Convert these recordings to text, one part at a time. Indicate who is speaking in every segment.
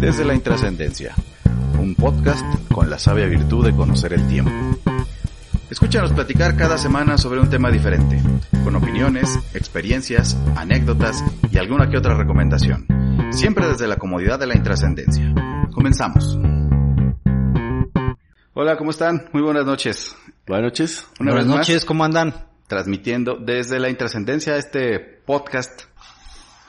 Speaker 1: Desde la Intrascendencia, un podcast con la sabia virtud de conocer el tiempo. Escúchanos platicar cada semana sobre un tema diferente, con opiniones, experiencias, anécdotas y alguna que otra recomendación, siempre desde la comodidad de la Intrascendencia. Comenzamos. Hola, ¿cómo están? Muy buenas noches.
Speaker 2: Buenas noches.
Speaker 1: Una
Speaker 3: Buenas
Speaker 1: vez más,
Speaker 3: noches, ¿cómo andan?
Speaker 1: transmitiendo desde la intrascendencia este podcast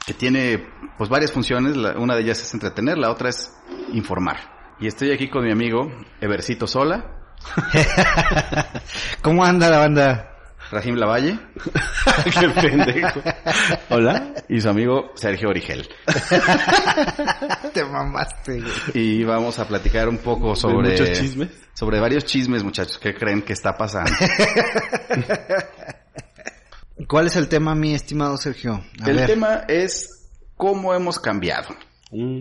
Speaker 1: que tiene pues varias funciones, La- una de ellas es entretener, la otra es informar. Y estoy aquí con mi amigo Ebercito Sola,
Speaker 3: ¿Cómo anda la banda?
Speaker 1: Rajim Lavalle
Speaker 2: Qué pendejo. Hola.
Speaker 1: y su amigo Sergio Origel.
Speaker 3: Te mamaste, güey.
Speaker 1: Y vamos a platicar un poco sobre
Speaker 2: muchos chismes.
Speaker 1: sobre varios chismes, muchachos, ¿qué creen que está pasando?
Speaker 3: ¿Cuál es el tema, mi estimado Sergio? A
Speaker 1: El
Speaker 3: ver.
Speaker 1: tema es cómo hemos cambiado.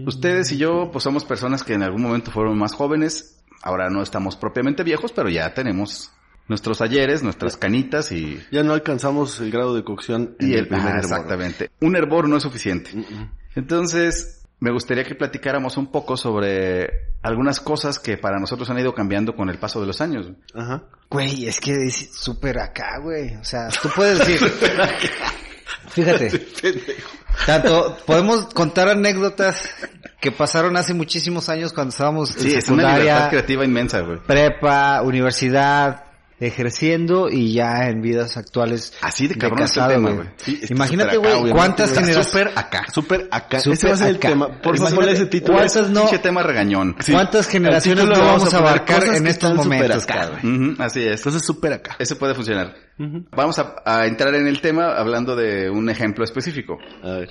Speaker 1: Ustedes y yo, pues somos personas que en algún momento fueron más jóvenes. Ahora no estamos propiamente viejos, pero ya tenemos nuestros ayeres, nuestras canitas y,
Speaker 2: Ya no alcanzamos el grado de cocción en
Speaker 1: y
Speaker 2: el,
Speaker 1: el,
Speaker 2: primer
Speaker 1: Ah,
Speaker 2: hervor.
Speaker 1: Exactamente. Un hervor no es suficiente.
Speaker 2: Mm-mm.
Speaker 1: Entonces, me gustaría que platicáramos un poco sobre algunas cosas que para nosotros han ido cambiando con el paso de los años.
Speaker 2: Ajá.
Speaker 3: Güey, es que es súper acá, güey. O sea, tú puedes decir...
Speaker 1: Este
Speaker 3: Fíjate, tanto podemos contar anécdotas que pasaron hace muchísimos años cuando estábamos en
Speaker 1: Sí, es una libertad
Speaker 3: secundaria,
Speaker 1: creativa inmensa, güey.
Speaker 3: prepa, universidad, ejerciendo y ya en vidas actuales
Speaker 1: Así de cabrón está el
Speaker 3: casado,
Speaker 1: tema, güey. Sí, está
Speaker 3: Imagínate,
Speaker 1: súper acá,
Speaker 3: güey,
Speaker 1: obviamente,
Speaker 3: cuántas
Speaker 1: güey. Está
Speaker 3: generaciones...
Speaker 1: Súper acá.
Speaker 2: Súper acá.
Speaker 3: Súper
Speaker 2: ese va a ser el
Speaker 3: acá.
Speaker 2: tema. Por favor,
Speaker 1: Imagínate
Speaker 2: ponle ese título.
Speaker 3: ¿cuántas no-
Speaker 1: Pinche tema regañón.
Speaker 2: Sí.
Speaker 3: ¿Cuántas
Speaker 2: Al
Speaker 3: generaciones
Speaker 2: título
Speaker 3: no
Speaker 2: le
Speaker 3: vamos a
Speaker 2: poner
Speaker 3: abarcar
Speaker 2: cosas
Speaker 3: en
Speaker 2: que
Speaker 3: estos
Speaker 2: están súper
Speaker 3: momentos,
Speaker 2: acá,
Speaker 3: cabrón?
Speaker 1: Ujú, así es.
Speaker 2: Cosas súper acá.
Speaker 1: Eso puede funcionar.
Speaker 2: Ujú.
Speaker 1: Vamos a, a entrar en el tema hablando de un ejemplo específico.
Speaker 2: A ver.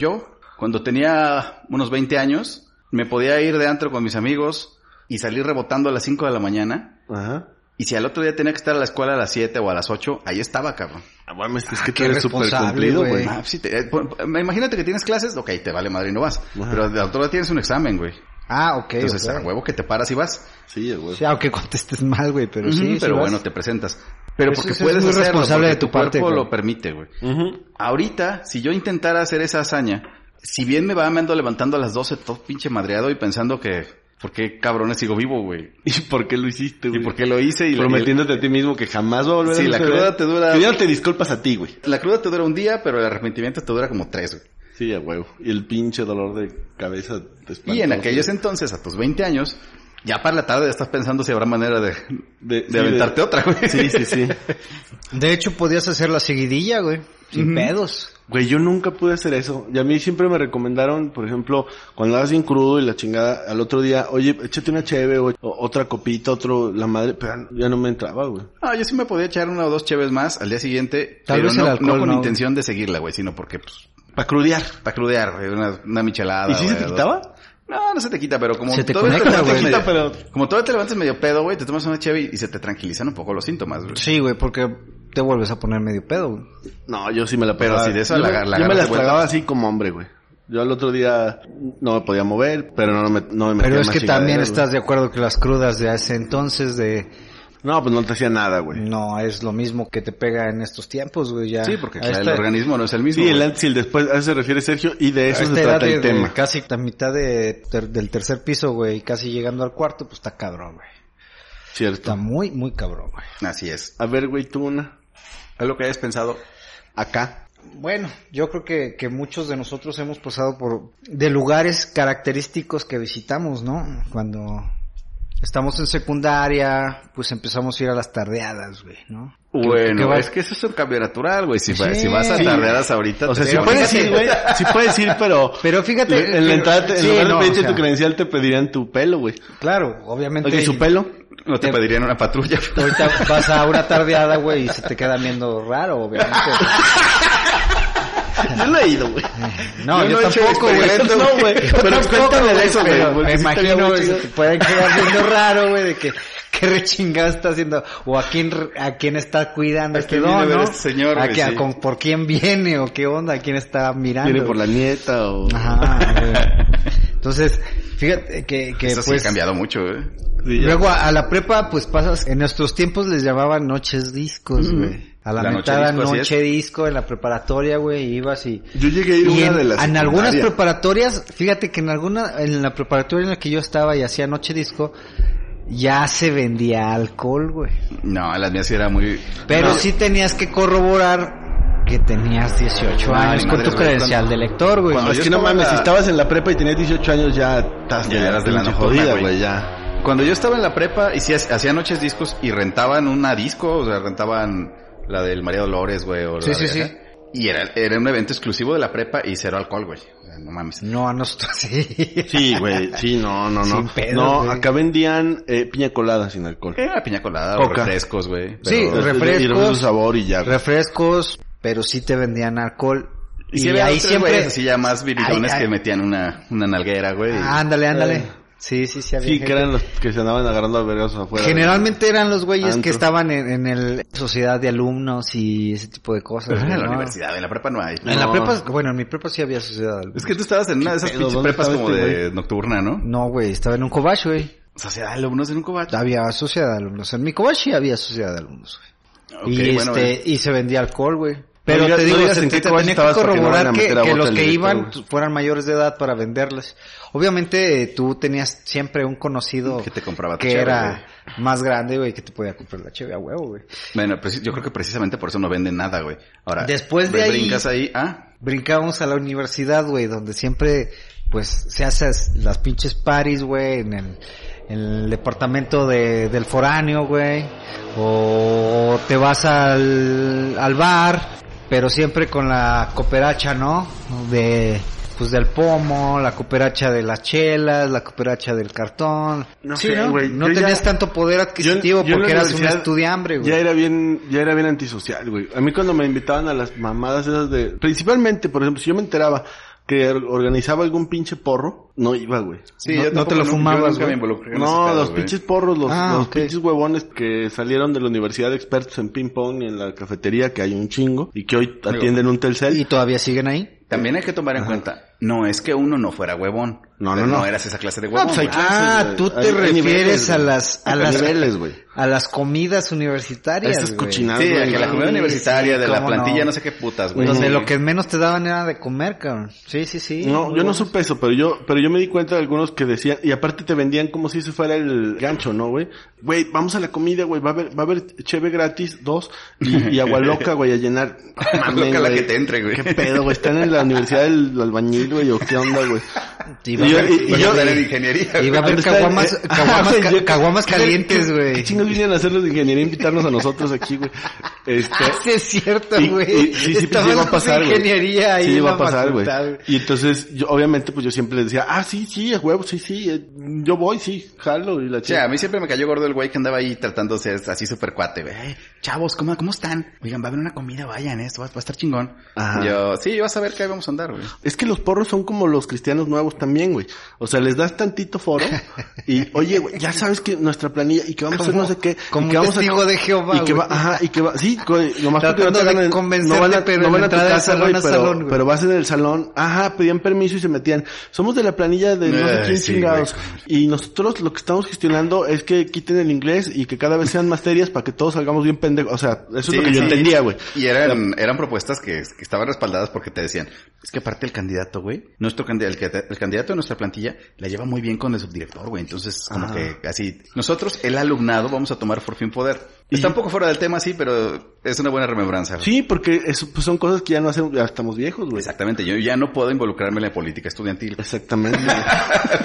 Speaker 1: Yo, cuando tenía unos 20 años, me podía ir de antro con mis amigos y salir rebotando a las 5 de la mañana.
Speaker 2: Ajá.
Speaker 1: Y si al otro día tenía que estar a la escuela a las 7 o a las 8, ahí estaba, cabrón.
Speaker 2: Ah, mames, es que tú
Speaker 3: qué
Speaker 2: eres súper
Speaker 3: responsable,
Speaker 2: cumplido, güey.
Speaker 3: güey.
Speaker 1: Ah, sí, te- eh, pon- eh, imagínate que tienes clases, ok, te vale madre y no vas.
Speaker 2: Ajá.
Speaker 1: Pero al otro día tienes un examen, güey.
Speaker 3: Ah, ok.
Speaker 1: Entonces,
Speaker 3: ok.
Speaker 1: a huevo que te paras y vas.
Speaker 2: Sí, güey.
Speaker 3: Sí, aunque contestes mal, güey, pero sí.
Speaker 1: Ujú,
Speaker 3: sí
Speaker 1: pero
Speaker 3: vas.
Speaker 1: bueno, te presentas. Pero
Speaker 3: Eso
Speaker 1: porque
Speaker 3: es- es
Speaker 1: puedes
Speaker 3: muy
Speaker 1: hacerlo,
Speaker 3: responsable
Speaker 1: porque
Speaker 3: de tu parte,
Speaker 1: cuerpo
Speaker 3: güey.
Speaker 1: lo permite, güey.
Speaker 2: Ujú.
Speaker 1: Ahorita, si yo intentara hacer esa hazaña, si bien me va, me ando levantando a las 12 todo pinche madreado y pensando que, ¿por qué cabrones sigo vivo, güey?
Speaker 2: ¿Y por qué lo hiciste,
Speaker 1: ¿Y
Speaker 2: güey?
Speaker 1: por qué lo hice? Y la-
Speaker 2: Prometiéndote a ti mismo que jamás va a volver
Speaker 1: Sí,
Speaker 2: a
Speaker 1: la
Speaker 2: suceder.
Speaker 1: cruda te dura-
Speaker 2: Que ya no te disculpas a ti, güey.
Speaker 1: y el- la cruda te dura un día, pero el arrepentimiento te dura como tres, güey.
Speaker 2: Sí, a huevo. Y el pinche dolor de cabeza te
Speaker 1: Y en
Speaker 2: espantoso.
Speaker 1: aquellos entonces, a tus 20 años, ya para la tarde ya estás pensando si habrá manera de, de
Speaker 2: sí,
Speaker 1: aventarte otra, güey.
Speaker 2: Sí, sí, sí.
Speaker 3: De hecho, podías hacer la seguidilla, güey. Sin
Speaker 1: Ujú.
Speaker 3: pedos.
Speaker 2: Güey, yo nunca pude hacer eso. Y a mí siempre me recomendaron, por ejemplo, cuando andabas bien crudo y la chingada, al otro día, oye, échate una cheve, o o otra copita, otro, la madre, pero ya no me entraba, güey.
Speaker 1: Ah, yo sí me podía echar una o dos cheves más al día siguiente,
Speaker 3: Tal
Speaker 1: pero
Speaker 3: vez
Speaker 1: no,
Speaker 3: el alcohol
Speaker 1: no con
Speaker 3: no.
Speaker 1: intención de seguirla, güey, sino porque, pues,
Speaker 2: Para crudear.
Speaker 1: para crudear, güey, una, una michelada.
Speaker 2: ¿Y si se
Speaker 1: güey,
Speaker 2: te
Speaker 1: dos-
Speaker 2: quitaba?
Speaker 1: No, no se te quita, pero como
Speaker 3: Se te
Speaker 1: todavía
Speaker 3: conecta,
Speaker 1: levantas
Speaker 3: güey.
Speaker 1: medio-
Speaker 2: Quita, pero-
Speaker 1: Como todavía te levantas medio pedo, güey, te tomas una cheve y se te tranquilizan un poco los síntomas, güey.
Speaker 3: Sí, güey, porque te vuelves a poner medio pedo, güey.
Speaker 2: No, yo sí me la
Speaker 1: Pero
Speaker 2: pegaba.
Speaker 1: si de eso
Speaker 2: yo,
Speaker 1: la
Speaker 2: me-
Speaker 1: agar- la
Speaker 2: yo me
Speaker 1: agarras
Speaker 2: las
Speaker 1: de vuelta.
Speaker 2: tragaba así como hombre, güey. Yo al otro día no me podía mover, pero no me, no me metía
Speaker 3: Pero es
Speaker 2: más
Speaker 3: que también
Speaker 2: chingaderas,
Speaker 3: estás de acuerdo que las crudas de hace entonces de
Speaker 2: güey. No, pues no te hacía nada, güey.
Speaker 3: no es lo mismo que te pega en estos tiempos, güey, ya.
Speaker 1: Sí, porque
Speaker 3: A
Speaker 1: claro, el
Speaker 3: esta-
Speaker 1: organismo no es el mismo.
Speaker 2: Sí, el
Speaker 1: güey.
Speaker 2: antes y el después, a eso se refiere Sergio, y de eso
Speaker 3: a
Speaker 2: se
Speaker 3: esta edad
Speaker 2: trata
Speaker 3: de-
Speaker 2: el
Speaker 3: de
Speaker 2: tema.
Speaker 3: Casi la mitad de ter- del tercer piso, güey, casi llegando al cuarto, pues está cabrón, güey. Está
Speaker 2: Cierto.
Speaker 3: muy, muy cabrón, güey.
Speaker 1: Así es.
Speaker 2: A ver, güey, tú una.
Speaker 1: Algo que hayas pensado.
Speaker 2: Acá.
Speaker 3: Bueno, yo creo que, que muchos de nosotros hemos pasado por de lugares característicos que visitamos, ¿no? Cuando estamos en secundaria, pues empezamos a ir a las tardeadas, güey, ¿no?
Speaker 1: Bueno,
Speaker 3: que vas-
Speaker 1: es que eso es un cambio natural, güey. Si, va-
Speaker 3: Sí.
Speaker 1: si vas a
Speaker 3: Sí.
Speaker 1: tardeadas ahorita,
Speaker 2: O sea,
Speaker 1: te
Speaker 2: si
Speaker 1: digo,
Speaker 2: puedes
Speaker 1: fíjate,
Speaker 2: ir, güey. Si puedes ir, pero.
Speaker 3: Pero fíjate,
Speaker 2: le- En la
Speaker 3: pero-
Speaker 2: entrada, te- en
Speaker 3: sí,
Speaker 2: lugar de
Speaker 3: no,
Speaker 2: pedirte
Speaker 3: o sea,
Speaker 2: tu credencial, te pedirían tu pelo, güey.
Speaker 3: Claro, obviamente.
Speaker 2: Ok, su pelo.
Speaker 1: No te pedirían una patrulla.
Speaker 3: Ahorita vas a una tardeada, güey, y se te queda viendo raro, obviamente.
Speaker 2: Yo no he ido, güey.
Speaker 3: Eh, No, yo,
Speaker 1: Yo no he hecho
Speaker 3: tampoco,
Speaker 1: el
Speaker 3: güey.
Speaker 1: experimento,
Speaker 2: No, güey.
Speaker 3: Yo
Speaker 2: Pero
Speaker 3: tampoco,
Speaker 2: cuéntame de
Speaker 3: güey,
Speaker 2: eso,
Speaker 3: pero
Speaker 2: güey. porque
Speaker 3: Me
Speaker 2: sí estaría
Speaker 3: imagino,
Speaker 2: muy
Speaker 3: güey, se
Speaker 2: chido.
Speaker 3: te pueden quedar viendo raro, güey, de que qué rechingado está haciendo o a quién re- a quién está cuidando
Speaker 1: ¿A
Speaker 3: este
Speaker 1: quién viene a
Speaker 3: don,
Speaker 1: ver
Speaker 3: ¿no?
Speaker 1: este señor,
Speaker 3: a
Speaker 1: güey,
Speaker 3: qué- a
Speaker 1: sí.
Speaker 3: con- por quién viene o qué onda, a quién está mirando.
Speaker 2: Viene por la nieta o.
Speaker 3: Ajá, güey. Entonces, Fíjate que, que
Speaker 1: Eso sí
Speaker 3: pues...
Speaker 1: ha cambiado mucho, ¿eh?
Speaker 2: Sí, ya.
Speaker 3: Luego a, a la prepa, pues pasas, en nuestros tiempos les llamaban noches discos, güey. A la,
Speaker 1: La noche
Speaker 3: mentada
Speaker 1: disco, así
Speaker 3: noche,
Speaker 1: es.
Speaker 3: disco en la preparatoria, güey, ibas y...
Speaker 2: Yo llegué a ir a
Speaker 3: Y
Speaker 2: una
Speaker 3: en,
Speaker 2: de las
Speaker 3: en algunas
Speaker 2: secundarias.
Speaker 3: preparatorias, fíjate que en alguna, en la preparatoria en la que yo estaba y hacía noche disco, ya se vendía alcohol, güey.
Speaker 1: No, las mías sí era muy...
Speaker 3: Pero
Speaker 1: No,
Speaker 3: sí tenías que corroborar que tenías 18
Speaker 1: Ay,
Speaker 3: años con
Speaker 1: madres,
Speaker 3: tu
Speaker 1: güey,
Speaker 3: credencial
Speaker 1: cuando-
Speaker 3: de lector, güey.
Speaker 1: cuando
Speaker 2: Es
Speaker 1: yo
Speaker 2: que no
Speaker 1: estaba en la-
Speaker 2: mames, si estabas en la prepa y tenías 18 años ya estás
Speaker 1: Ya eras de la
Speaker 2: pinche
Speaker 1: nojona,
Speaker 2: jodida,
Speaker 1: güey.
Speaker 2: güey, ya.
Speaker 1: Cuando yo estaba en la prepa, y sí ha- hacía noches discos y rentaban una disco, o sea, rentaban la del María Dolores, güey, o la
Speaker 3: Sí, sí,
Speaker 1: de-
Speaker 3: sí.
Speaker 1: Y era, era un evento exclusivo de la prepa y cero alcohol, güey. O sea, no mames.
Speaker 3: No, a nosotros sí.
Speaker 2: Sí, güey, sí, no, no, no.
Speaker 3: Sin pedos,
Speaker 2: no,
Speaker 3: güey.
Speaker 2: acá vendían eh, piña colada sin alcohol.
Speaker 1: Era piña colada, o
Speaker 2: Coca.
Speaker 1: refrescos, güey.
Speaker 3: Sí,
Speaker 1: pero-
Speaker 3: re- refrescos.
Speaker 2: Y de sabor y ya. güey.
Speaker 3: Refrescos, pero sí te vendían alcohol.
Speaker 1: Y, sí había ahí siempre... así ya más vividones
Speaker 3: Ay, ay.
Speaker 1: que metían una, una nalguera, güey. y-
Speaker 3: Ándale, ándale.
Speaker 2: Eh.
Speaker 3: Sí, sí, sí había
Speaker 2: Sí, que
Speaker 3: gente.
Speaker 2: eran los que se andaban agarrando a vergazos afuera.
Speaker 3: Generalmente eran los güeyes
Speaker 2: Antro.
Speaker 3: que estaban en, en el sociedad de alumnos y ese tipo de cosas.
Speaker 1: Pero en
Speaker 3: güey,
Speaker 1: la
Speaker 3: ¿no?
Speaker 1: universidad, en la prepa no hay.
Speaker 3: En la
Speaker 2: No.
Speaker 3: prepa, bueno, en mi prepa sí había sociedad de alumnos.
Speaker 1: Es que tú estabas en una de esas
Speaker 2: ¿Qué pedo?
Speaker 1: pinches
Speaker 2: ¿Dónde
Speaker 1: prepas
Speaker 2: estaba
Speaker 1: como
Speaker 2: este
Speaker 1: de nocturna, ¿no?
Speaker 3: No, güey, estaba en un cobach, güey.
Speaker 1: Sociedad de alumnos en un cobacho.
Speaker 3: Había sociedad de alumnos. En mi cobach sí había sociedad de alumnos, güey.
Speaker 1: Ok,
Speaker 3: y,
Speaker 1: bueno,
Speaker 3: este,
Speaker 1: eh.
Speaker 3: y se vendía alcohol, güey. Pero
Speaker 2: digas-
Speaker 3: te
Speaker 2: no
Speaker 3: digo,
Speaker 2: digas
Speaker 3: se
Speaker 2: en
Speaker 3: te
Speaker 2: qué
Speaker 3: te
Speaker 2: coche
Speaker 3: tenía que
Speaker 2: estabas porque no
Speaker 3: corroborar
Speaker 2: van a
Speaker 3: que,
Speaker 2: meter a
Speaker 3: que
Speaker 2: bota
Speaker 3: los
Speaker 2: al
Speaker 3: que
Speaker 2: director,
Speaker 3: iban
Speaker 2: güey.
Speaker 3: fueran mayores de edad para venderles. Obviamente eh, tú tenías siempre un conocido
Speaker 1: Que te compraba tu
Speaker 3: que
Speaker 1: cheve,
Speaker 3: era más grande, güey, que te podía comprar la cheve a huevo, güey.
Speaker 1: Bueno, pues yo creo que precisamente por eso no venden nada, güey. Ahora,
Speaker 3: Después de
Speaker 1: ve-
Speaker 3: ahí-
Speaker 1: brincas ahí, ah,
Speaker 3: Brincábamos a la universidad, güey, donde siempre, pues, se hacen las pinches paris, güey, en el, en el departamento de, del foráneo, güey, o te vas al, al bar, pero siempre con la cooperacha, ¿no? De, pues, del pomo, la cooperacha de las chelas, la cooperacha del cartón.
Speaker 2: No
Speaker 3: Sí,
Speaker 2: sé,
Speaker 3: ¿no?
Speaker 2: güey,
Speaker 3: No
Speaker 2: yo ya-
Speaker 3: tenías tanto poder
Speaker 2: Yo-
Speaker 3: adquisitivo
Speaker 2: yo en la
Speaker 3: porque eras un
Speaker 2: universidad
Speaker 3: estudiambre, güey.
Speaker 2: Ya era bien, ya era bien antisocial, güey. A mí cuando me invitaban a las mamadas esas de, principalmente, por ejemplo, si yo me enteraba que or- organizaba algún pinche porro, no iba, güey.
Speaker 1: sí,
Speaker 3: No-
Speaker 1: yo
Speaker 3: no te
Speaker 1: tampoco
Speaker 3: lo
Speaker 1: nunca- yo
Speaker 3: fumabas,
Speaker 1: nunca
Speaker 3: güey.
Speaker 1: me involucré en ese
Speaker 2: No,
Speaker 1: pedo,
Speaker 2: los
Speaker 1: güey.
Speaker 2: pinches porros, los,
Speaker 3: Ah,
Speaker 2: los
Speaker 3: ok.
Speaker 2: pinches huevones que salieron de la universidad expertos en ping pong y en la cafetería que hay un chingo y que hoy atienden un
Speaker 3: Y
Speaker 2: Telcel.
Speaker 3: todavía siguen ahí.
Speaker 1: También hay que tomar en cuenta, no es que uno no fuera huevón.
Speaker 2: No, no,
Speaker 1: Pero
Speaker 2: no.
Speaker 1: eras esa clase de
Speaker 2: No,
Speaker 1: huevón.
Speaker 2: pues hay
Speaker 1: güey.
Speaker 2: clases,
Speaker 3: Ah,
Speaker 2: güey.
Speaker 3: tú
Speaker 2: Hay-
Speaker 3: te
Speaker 2: hay
Speaker 3: refieres
Speaker 2: niveles,
Speaker 3: a
Speaker 2: güey.
Speaker 3: las a
Speaker 2: Hay
Speaker 3: las
Speaker 2: niveles, güey.
Speaker 3: a las comidas universitarias,
Speaker 2: Esas
Speaker 3: güey.
Speaker 2: cochinadas,
Speaker 1: Sí,
Speaker 2: güey.
Speaker 1: de que la comida
Speaker 3: Sí,
Speaker 1: universitaria, de
Speaker 3: sí,
Speaker 1: la
Speaker 3: cómo
Speaker 1: plantilla,
Speaker 3: no.
Speaker 1: no. sé qué putas, güey.
Speaker 3: Donde
Speaker 1: Sí.
Speaker 3: lo que menos te daban era de comer, cabrón. Sí, sí, sí.
Speaker 2: No,
Speaker 3: Muy
Speaker 2: yo no
Speaker 3: bueno.
Speaker 2: supe eso, pero yo, pero yo me di cuenta de algunos que decían, y aparte te vendían como si ese fuera el gancho, ¿no, güey? Güey, vamos a la comida, güey, va a haber, va a haber cheve gratis, dos, y, y agua loca, güey, a llenar. No mames,
Speaker 1: Loca la
Speaker 2: güey.
Speaker 1: que te entre, güey.
Speaker 2: Qué pedo, güey, están en la universidad del albañil, güey, o qué onda, güey.
Speaker 3: Iba
Speaker 2: Y
Speaker 3: a
Speaker 2: yo-
Speaker 3: haber-
Speaker 2: y-
Speaker 1: Pues
Speaker 2: y yo-
Speaker 1: yo era de ingeniería.
Speaker 3: iba a
Speaker 1: güey.
Speaker 3: haber
Speaker 2: ¿Dónde está el-
Speaker 3: caguamas,
Speaker 2: eh?
Speaker 3: caguamas,
Speaker 2: Ah,
Speaker 3: ca-
Speaker 2: yo-
Speaker 3: caguamas
Speaker 2: ¿qué-
Speaker 3: calientes,
Speaker 2: qué-
Speaker 3: güey.
Speaker 2: ¿Qué chingos vinieron a hacer los ingeniería invitarnos a nosotros aquí, güey? Este,
Speaker 3: Ah, Sí, es cierto,
Speaker 2: y-
Speaker 3: güey.
Speaker 2: y- sí, sí,
Speaker 3: Estaban
Speaker 2: llegó a
Speaker 3: los
Speaker 2: pasar,
Speaker 3: de
Speaker 2: güey.
Speaker 3: ingeniería ahí
Speaker 2: sí,
Speaker 3: en
Speaker 2: iba
Speaker 3: la
Speaker 2: a pasar, güey.
Speaker 3: facultad,
Speaker 2: Y entonces, yo, obviamente, pues yo siempre les decía, ah, sí, sí, a huevo, sí, sí, eh, yo voy, sí, jalo, y la
Speaker 1: O sea,
Speaker 2: chica.
Speaker 1: a mí siempre me cayó gordo el güey que andaba ahí tratando de ser así súper cuate, güey. "Eh, Chavos, ¿cómo, ¿cómo están? Oigan, va a haber una comida, vayan, eh, esto va, va a estar chingón.
Speaker 2: Ajá.
Speaker 1: Y Yo, sí, vas a ver que ahí vamos a andar, güey.
Speaker 2: Es que los porros son como los cristianos nuevos también, güey. O sea, les das tantito foro y, oye, güey, ya sabes que nuestra planilla y que vamos a hacer
Speaker 3: Como-
Speaker 2: no sé qué.
Speaker 3: como
Speaker 2: y que
Speaker 3: un
Speaker 2: vamos
Speaker 3: testigo de Jehová,
Speaker 2: Y que va,
Speaker 3: güey.
Speaker 2: ajá, y que va, sí, güey, nomás porque
Speaker 3: Tratando
Speaker 2: no te
Speaker 3: de
Speaker 2: van a, no
Speaker 3: convencerte,
Speaker 2: van a,
Speaker 3: pero
Speaker 2: no
Speaker 3: en
Speaker 2: van
Speaker 3: la
Speaker 2: a tu
Speaker 3: entrada de
Speaker 2: casa,
Speaker 3: salón
Speaker 2: güey,
Speaker 3: a
Speaker 2: pero,
Speaker 3: salón, güey.
Speaker 2: pero vas en el salón, ajá, pedían permiso y se metían. Somos de la planilla de no sé
Speaker 1: Eh,
Speaker 2: quién
Speaker 1: sí,
Speaker 2: chingados. Y nosotros lo que estamos gestionando es que quiten el inglés y que cada vez sean más serias para que todos salgamos bien pendejos. O sea, eso
Speaker 1: Sí,
Speaker 2: es lo que yo
Speaker 1: sí.
Speaker 2: entendía, güey.
Speaker 1: Y eran, eran propuestas que, que estaban respaldadas porque te decían, es que aparte el candidato, güey, nuestro candidato, el, candidato de nuestra plantilla la lleva muy bien con el subdirector, güey. Entonces, como
Speaker 2: Ah.
Speaker 1: que así, nosotros, el alumnado, vamos a tomar por fin poder. Está un poco fuera del tema, sí, pero es una buena remembranza. güey.
Speaker 2: Sí, porque eso, pues, son cosas que ya no hacemos, ya estamos viejos, güey.
Speaker 1: Exactamente, yo ya no puedo involucrarme en la política estudiantil.
Speaker 2: Exactamente. güey.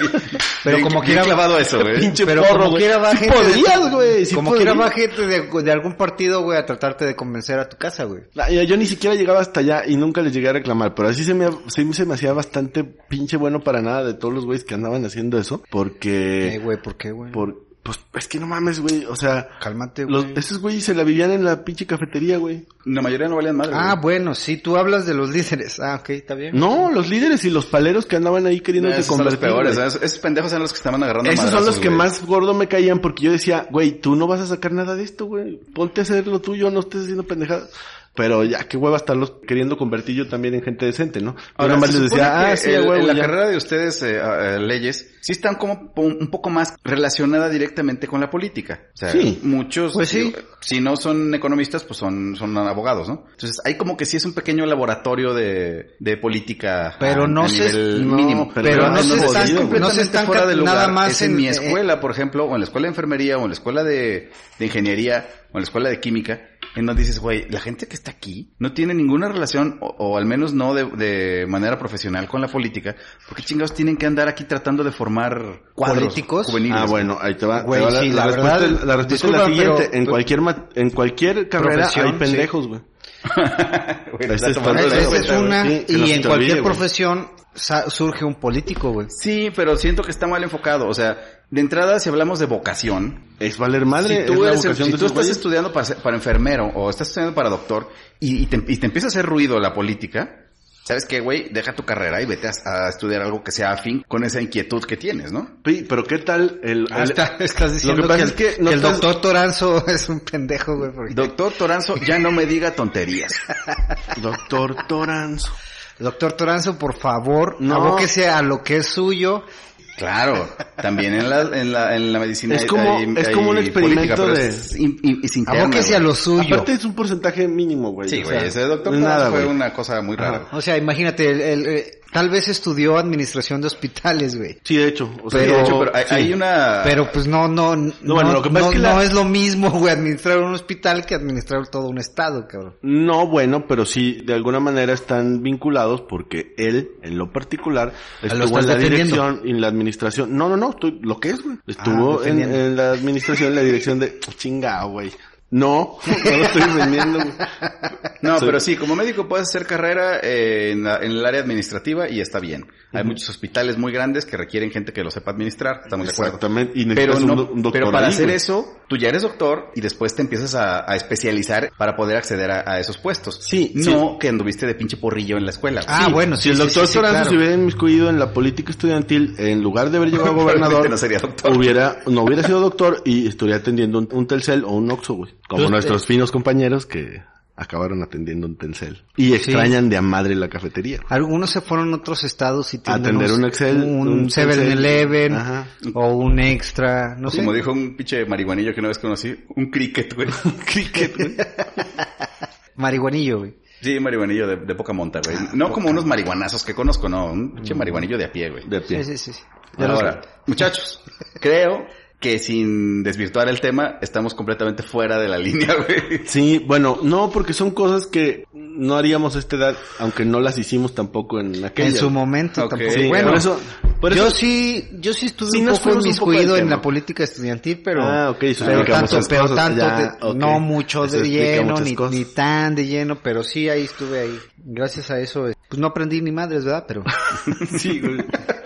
Speaker 3: Pero
Speaker 1: Bien-
Speaker 3: como
Speaker 1: bien
Speaker 3: quiera-
Speaker 1: clavado eso, güey.
Speaker 2: pinche
Speaker 3: pero
Speaker 2: porro,
Speaker 3: como
Speaker 2: güey.
Speaker 3: quiera va
Speaker 2: Sí
Speaker 3: gente de-
Speaker 2: podrías, güey, sí
Speaker 3: como
Speaker 2: podrías.
Speaker 3: quiera va gente de, de algún partido, güey, a tratarte de convencer a tu casa, güey.
Speaker 2: La- Yo yo ni siquiera llegaba hasta allá y nunca les llegué a reclamar, pero así se me, sí se me hacía bastante pinche bueno para nada de todos los güeyes que andaban haciendo eso,
Speaker 3: Eh,
Speaker 2: porque,
Speaker 3: güey, ¿por qué, güey?
Speaker 2: por, pues, es que no mames, güey, o sea,
Speaker 3: Cálmate,
Speaker 2: los,
Speaker 3: güey.
Speaker 2: esos güeyes se la vivían en la pinche cafetería, güey.
Speaker 1: La mayoría no valían madre.
Speaker 3: Ah,
Speaker 2: pues,
Speaker 1: güey.
Speaker 3: bueno, sí, tú hablas de los líderes. Ah, ok, está bien.
Speaker 2: No, los líderes y los paleros que andaban ahí queriendo
Speaker 1: esos son los
Speaker 2: convertir.
Speaker 1: peores. ¿eh?
Speaker 2: güey.
Speaker 1: Esos, esos pendejos eran los que estaban agarrando
Speaker 2: Esos son los
Speaker 1: madrazos,
Speaker 2: que
Speaker 1: güey.
Speaker 2: más gordo me caían porque yo decía, güey, tú no vas a sacar nada de esto, güey. Ponte a hacer lo tuyo, no estés haciendo pendejadas. Pero ya, qué hueva estarlos queriendo convertir yo también en gente decente, ¿no? Yo
Speaker 1: Ahora,
Speaker 2: nada más
Speaker 1: se
Speaker 2: les
Speaker 1: supone
Speaker 2: decía,
Speaker 1: que
Speaker 2: ah, sí,
Speaker 1: el-
Speaker 2: a huevo,
Speaker 1: en la
Speaker 2: ya".
Speaker 1: carrera de ustedes, eh, a- a leyes, sí están como po- un poco más relacionada directamente con la política. O sea,
Speaker 2: Sí.
Speaker 1: muchos,
Speaker 3: Pues sí.
Speaker 1: digo, si no son economistas, pues son, son abogados, ¿no? Entonces, hay como que sí es un pequeño laboratorio de, de política
Speaker 3: Pero
Speaker 1: a-
Speaker 3: no
Speaker 1: a
Speaker 3: se-
Speaker 1: nivel
Speaker 3: no,
Speaker 1: mínimo.
Speaker 3: pero no
Speaker 1: es
Speaker 2: se
Speaker 1: jodido,
Speaker 2: estanca-
Speaker 1: güey.
Speaker 3: no se estanca
Speaker 1: fuera de lugar.
Speaker 3: nada más
Speaker 1: Es en,
Speaker 3: en-
Speaker 1: mi
Speaker 3: eh,
Speaker 1: escuela, por ejemplo, o en la escuela de enfermería, o en la escuela de, de ingeniería, o en la escuela de química, en donde dices, güey, la gente que está aquí no tiene ninguna relación, o, o al menos no de, de manera profesional con la política, porque chingados tienen que andar aquí tratando de formar cuadros
Speaker 3: ¿Políticos?
Speaker 1: juveniles.
Speaker 2: Ah, bueno, ahí te va. te
Speaker 3: Güey,
Speaker 2: va la,
Speaker 3: sí,
Speaker 2: la
Speaker 3: la
Speaker 2: respuesta,
Speaker 3: verdad,
Speaker 2: la respuesta es la
Speaker 3: disculpa,
Speaker 2: siguiente.
Speaker 3: pero-
Speaker 2: en, cualquier, ma- en cualquier carrera hay
Speaker 3: Profesión,
Speaker 2: pendejos, güey.
Speaker 1: Güey,
Speaker 2: Ahí
Speaker 1: está
Speaker 2: está
Speaker 1: tomando
Speaker 2: el
Speaker 1: la
Speaker 2: pedo,
Speaker 1: cuenta,
Speaker 3: Esa es
Speaker 1: güey.
Speaker 3: una,
Speaker 2: sí, que no
Speaker 3: y
Speaker 2: se
Speaker 3: en
Speaker 2: te
Speaker 3: cualquier
Speaker 2: olvide, güey.
Speaker 3: profesión sa- surge un político, güey.
Speaker 1: Sí, pero siento que está mal enfocado. O sea, de entrada, si hablamos de vocación,
Speaker 2: Es valer madre.
Speaker 1: si tú,
Speaker 2: es la
Speaker 1: eres-
Speaker 2: vocación
Speaker 1: si
Speaker 2: de
Speaker 1: tú
Speaker 2: esos
Speaker 1: estás
Speaker 2: güeyes.
Speaker 1: estudiando para, ser- para enfermero o estás estudiando para doctor y, y te, y te empieza a hacer ruido la política, ¿sabes qué, güey? Deja tu carrera y vete a, a estudiar algo que sea afín con esa inquietud que tienes, ¿no?
Speaker 2: Sí, pero ¿qué tal el...
Speaker 3: Ah,
Speaker 2: el-
Speaker 3: está- estás diciendo
Speaker 2: lo que
Speaker 3: que,
Speaker 2: pasa es que no
Speaker 3: que el
Speaker 2: estás-
Speaker 3: doctor Toranzo es un pendejo, güey. porque-
Speaker 1: Doctor Toranzo, ya no me diga tonterías.
Speaker 2: Doctor Toranzo.
Speaker 3: Doctor Toranzo, por favor,
Speaker 2: No.
Speaker 3: abóquese a lo que es suyo.
Speaker 1: Claro, también en la, en la, en la medicina
Speaker 2: Es
Speaker 1: hay-
Speaker 2: como-
Speaker 1: hay-
Speaker 2: es
Speaker 1: hay
Speaker 2: como un experimento
Speaker 1: pero
Speaker 2: de-
Speaker 1: es in- in- es interna,
Speaker 3: Abóquese a
Speaker 1: güey.
Speaker 3: lo suyo.
Speaker 2: Aparte es un porcentaje mínimo, güey.
Speaker 1: Sí,
Speaker 2: o
Speaker 1: güey,
Speaker 2: sea,
Speaker 1: ese doctor
Speaker 2: no es
Speaker 1: Toranzo
Speaker 2: nada,
Speaker 1: fue
Speaker 2: güey.
Speaker 1: una cosa muy rara.
Speaker 3: O sea, imagínate, el- el- eh, tal vez estudió administración de hospitales, güey.
Speaker 2: Sí, de hecho. O sea,
Speaker 1: Sí,
Speaker 3: Pero-
Speaker 1: de hecho, pero hay,
Speaker 2: sí.
Speaker 1: hay una...
Speaker 3: Pero pues no, no, no,
Speaker 2: Ah. bueno, lo que pasa
Speaker 3: no-
Speaker 2: es que la-
Speaker 3: no es lo mismo, güey, administrar un hospital que administrar todo un estado, cabrón.
Speaker 2: No, bueno, pero sí, de alguna manera están vinculados porque él, en lo particular, estuvo
Speaker 3: Ah, estás
Speaker 2: en la
Speaker 3: defendiendo. Ah,
Speaker 2: dirección y en la administración. No, no, no, estoy- lo que es, güey. Estuvo en,
Speaker 3: defendiendo.
Speaker 2: en la administración, en la dirección de chinga, güey. No, no lo estoy defendiendo, güey.
Speaker 1: No,
Speaker 2: Sí.
Speaker 1: pero sí, como médico puedes hacer carrera eh, en, la- en el área administrativa y está bien. Hay muchos hospitales muy grandes que requieren gente que lo sepa administrar, estamos de acuerdo.
Speaker 2: Exactamente, y
Speaker 1: Pero,
Speaker 2: necesitas
Speaker 1: no,
Speaker 2: un, do- un doctor
Speaker 1: pero para
Speaker 2: ahí,
Speaker 1: hacer
Speaker 2: güey.
Speaker 1: eso, tú ya eres doctor y después te empiezas a, a especializar para poder acceder a, a esos puestos.
Speaker 2: Sí,
Speaker 1: No que anduviste de pinche porrillo en la escuela. güey.
Speaker 3: Ah, bueno, sí,
Speaker 2: si el
Speaker 3: sí,
Speaker 2: doctor
Speaker 3: sí, sí,
Speaker 2: Toranzo
Speaker 3: claro.
Speaker 2: se hubiera inmiscuido en la política estudiantil, en lugar de haber llegado a
Speaker 1: Probablemente
Speaker 2: gobernador,
Speaker 1: no sería doctor.
Speaker 2: hubiera, no hubiera sido doctor y estaría atendiendo un, un Telcel o un Oxxo, güey. Como
Speaker 3: Pues,
Speaker 2: nuestros finos compañeros que acabaron atendiendo un Telcel. Y extrañan de a madre la cafetería.
Speaker 3: Algunos se fueron a otros estados y tienen
Speaker 2: Atender
Speaker 3: unos-
Speaker 2: un Excel, un
Speaker 3: un 7
Speaker 2: Excel.
Speaker 3: Eleven
Speaker 2: Ajá.
Speaker 3: o un extra, no sé.
Speaker 1: Como dijo un pinche marihuanillo que una vez conocí, un cricket, güey. Un cricket, güey.
Speaker 3: Marihuanillo, güey.
Speaker 1: Sí, marihuanillo de, de poca monta, güey.
Speaker 2: Ah,
Speaker 1: No como unos marihuanazos que conozco, no. Un pinche marihuanillo de a pie, güey.
Speaker 2: De pie.
Speaker 3: Sí, sí, sí, sí. De los-
Speaker 1: Ahora, muchachos, creo que sin desvirtuar el tema, estamos completamente fuera de la línea, güey.
Speaker 2: Sí, bueno, no, porque son cosas que no haríamos a esta edad, aunque no las hicimos tampoco en aquella.
Speaker 3: en su momento
Speaker 1: Ok.
Speaker 3: tampoco.
Speaker 2: Sí,
Speaker 3: bueno,
Speaker 2: por eso, por
Speaker 3: yo
Speaker 2: eso-
Speaker 3: sí, yo sí estuve
Speaker 2: Sí,
Speaker 3: un
Speaker 2: nos
Speaker 3: poco
Speaker 2: fuimos un poco del
Speaker 3: inmiscuido en
Speaker 2: tema.
Speaker 3: la política estudiantil, pero,
Speaker 2: Ah, ok, eso
Speaker 3: pero
Speaker 2: explica
Speaker 3: tanto,
Speaker 2: muchas
Speaker 3: pero
Speaker 2: cosas,
Speaker 3: tanto
Speaker 2: ya,
Speaker 3: de-
Speaker 2: ok.
Speaker 3: no mucho
Speaker 2: Eso
Speaker 3: de
Speaker 2: explica
Speaker 3: lleno,
Speaker 2: muchas
Speaker 3: ni,
Speaker 2: cosas.
Speaker 3: ni tan de lleno, pero sí ahí estuve ahí. Gracias a eso, eh, pues no aprendí ni madres, ¿verdad? Pero,
Speaker 2: sí, güey.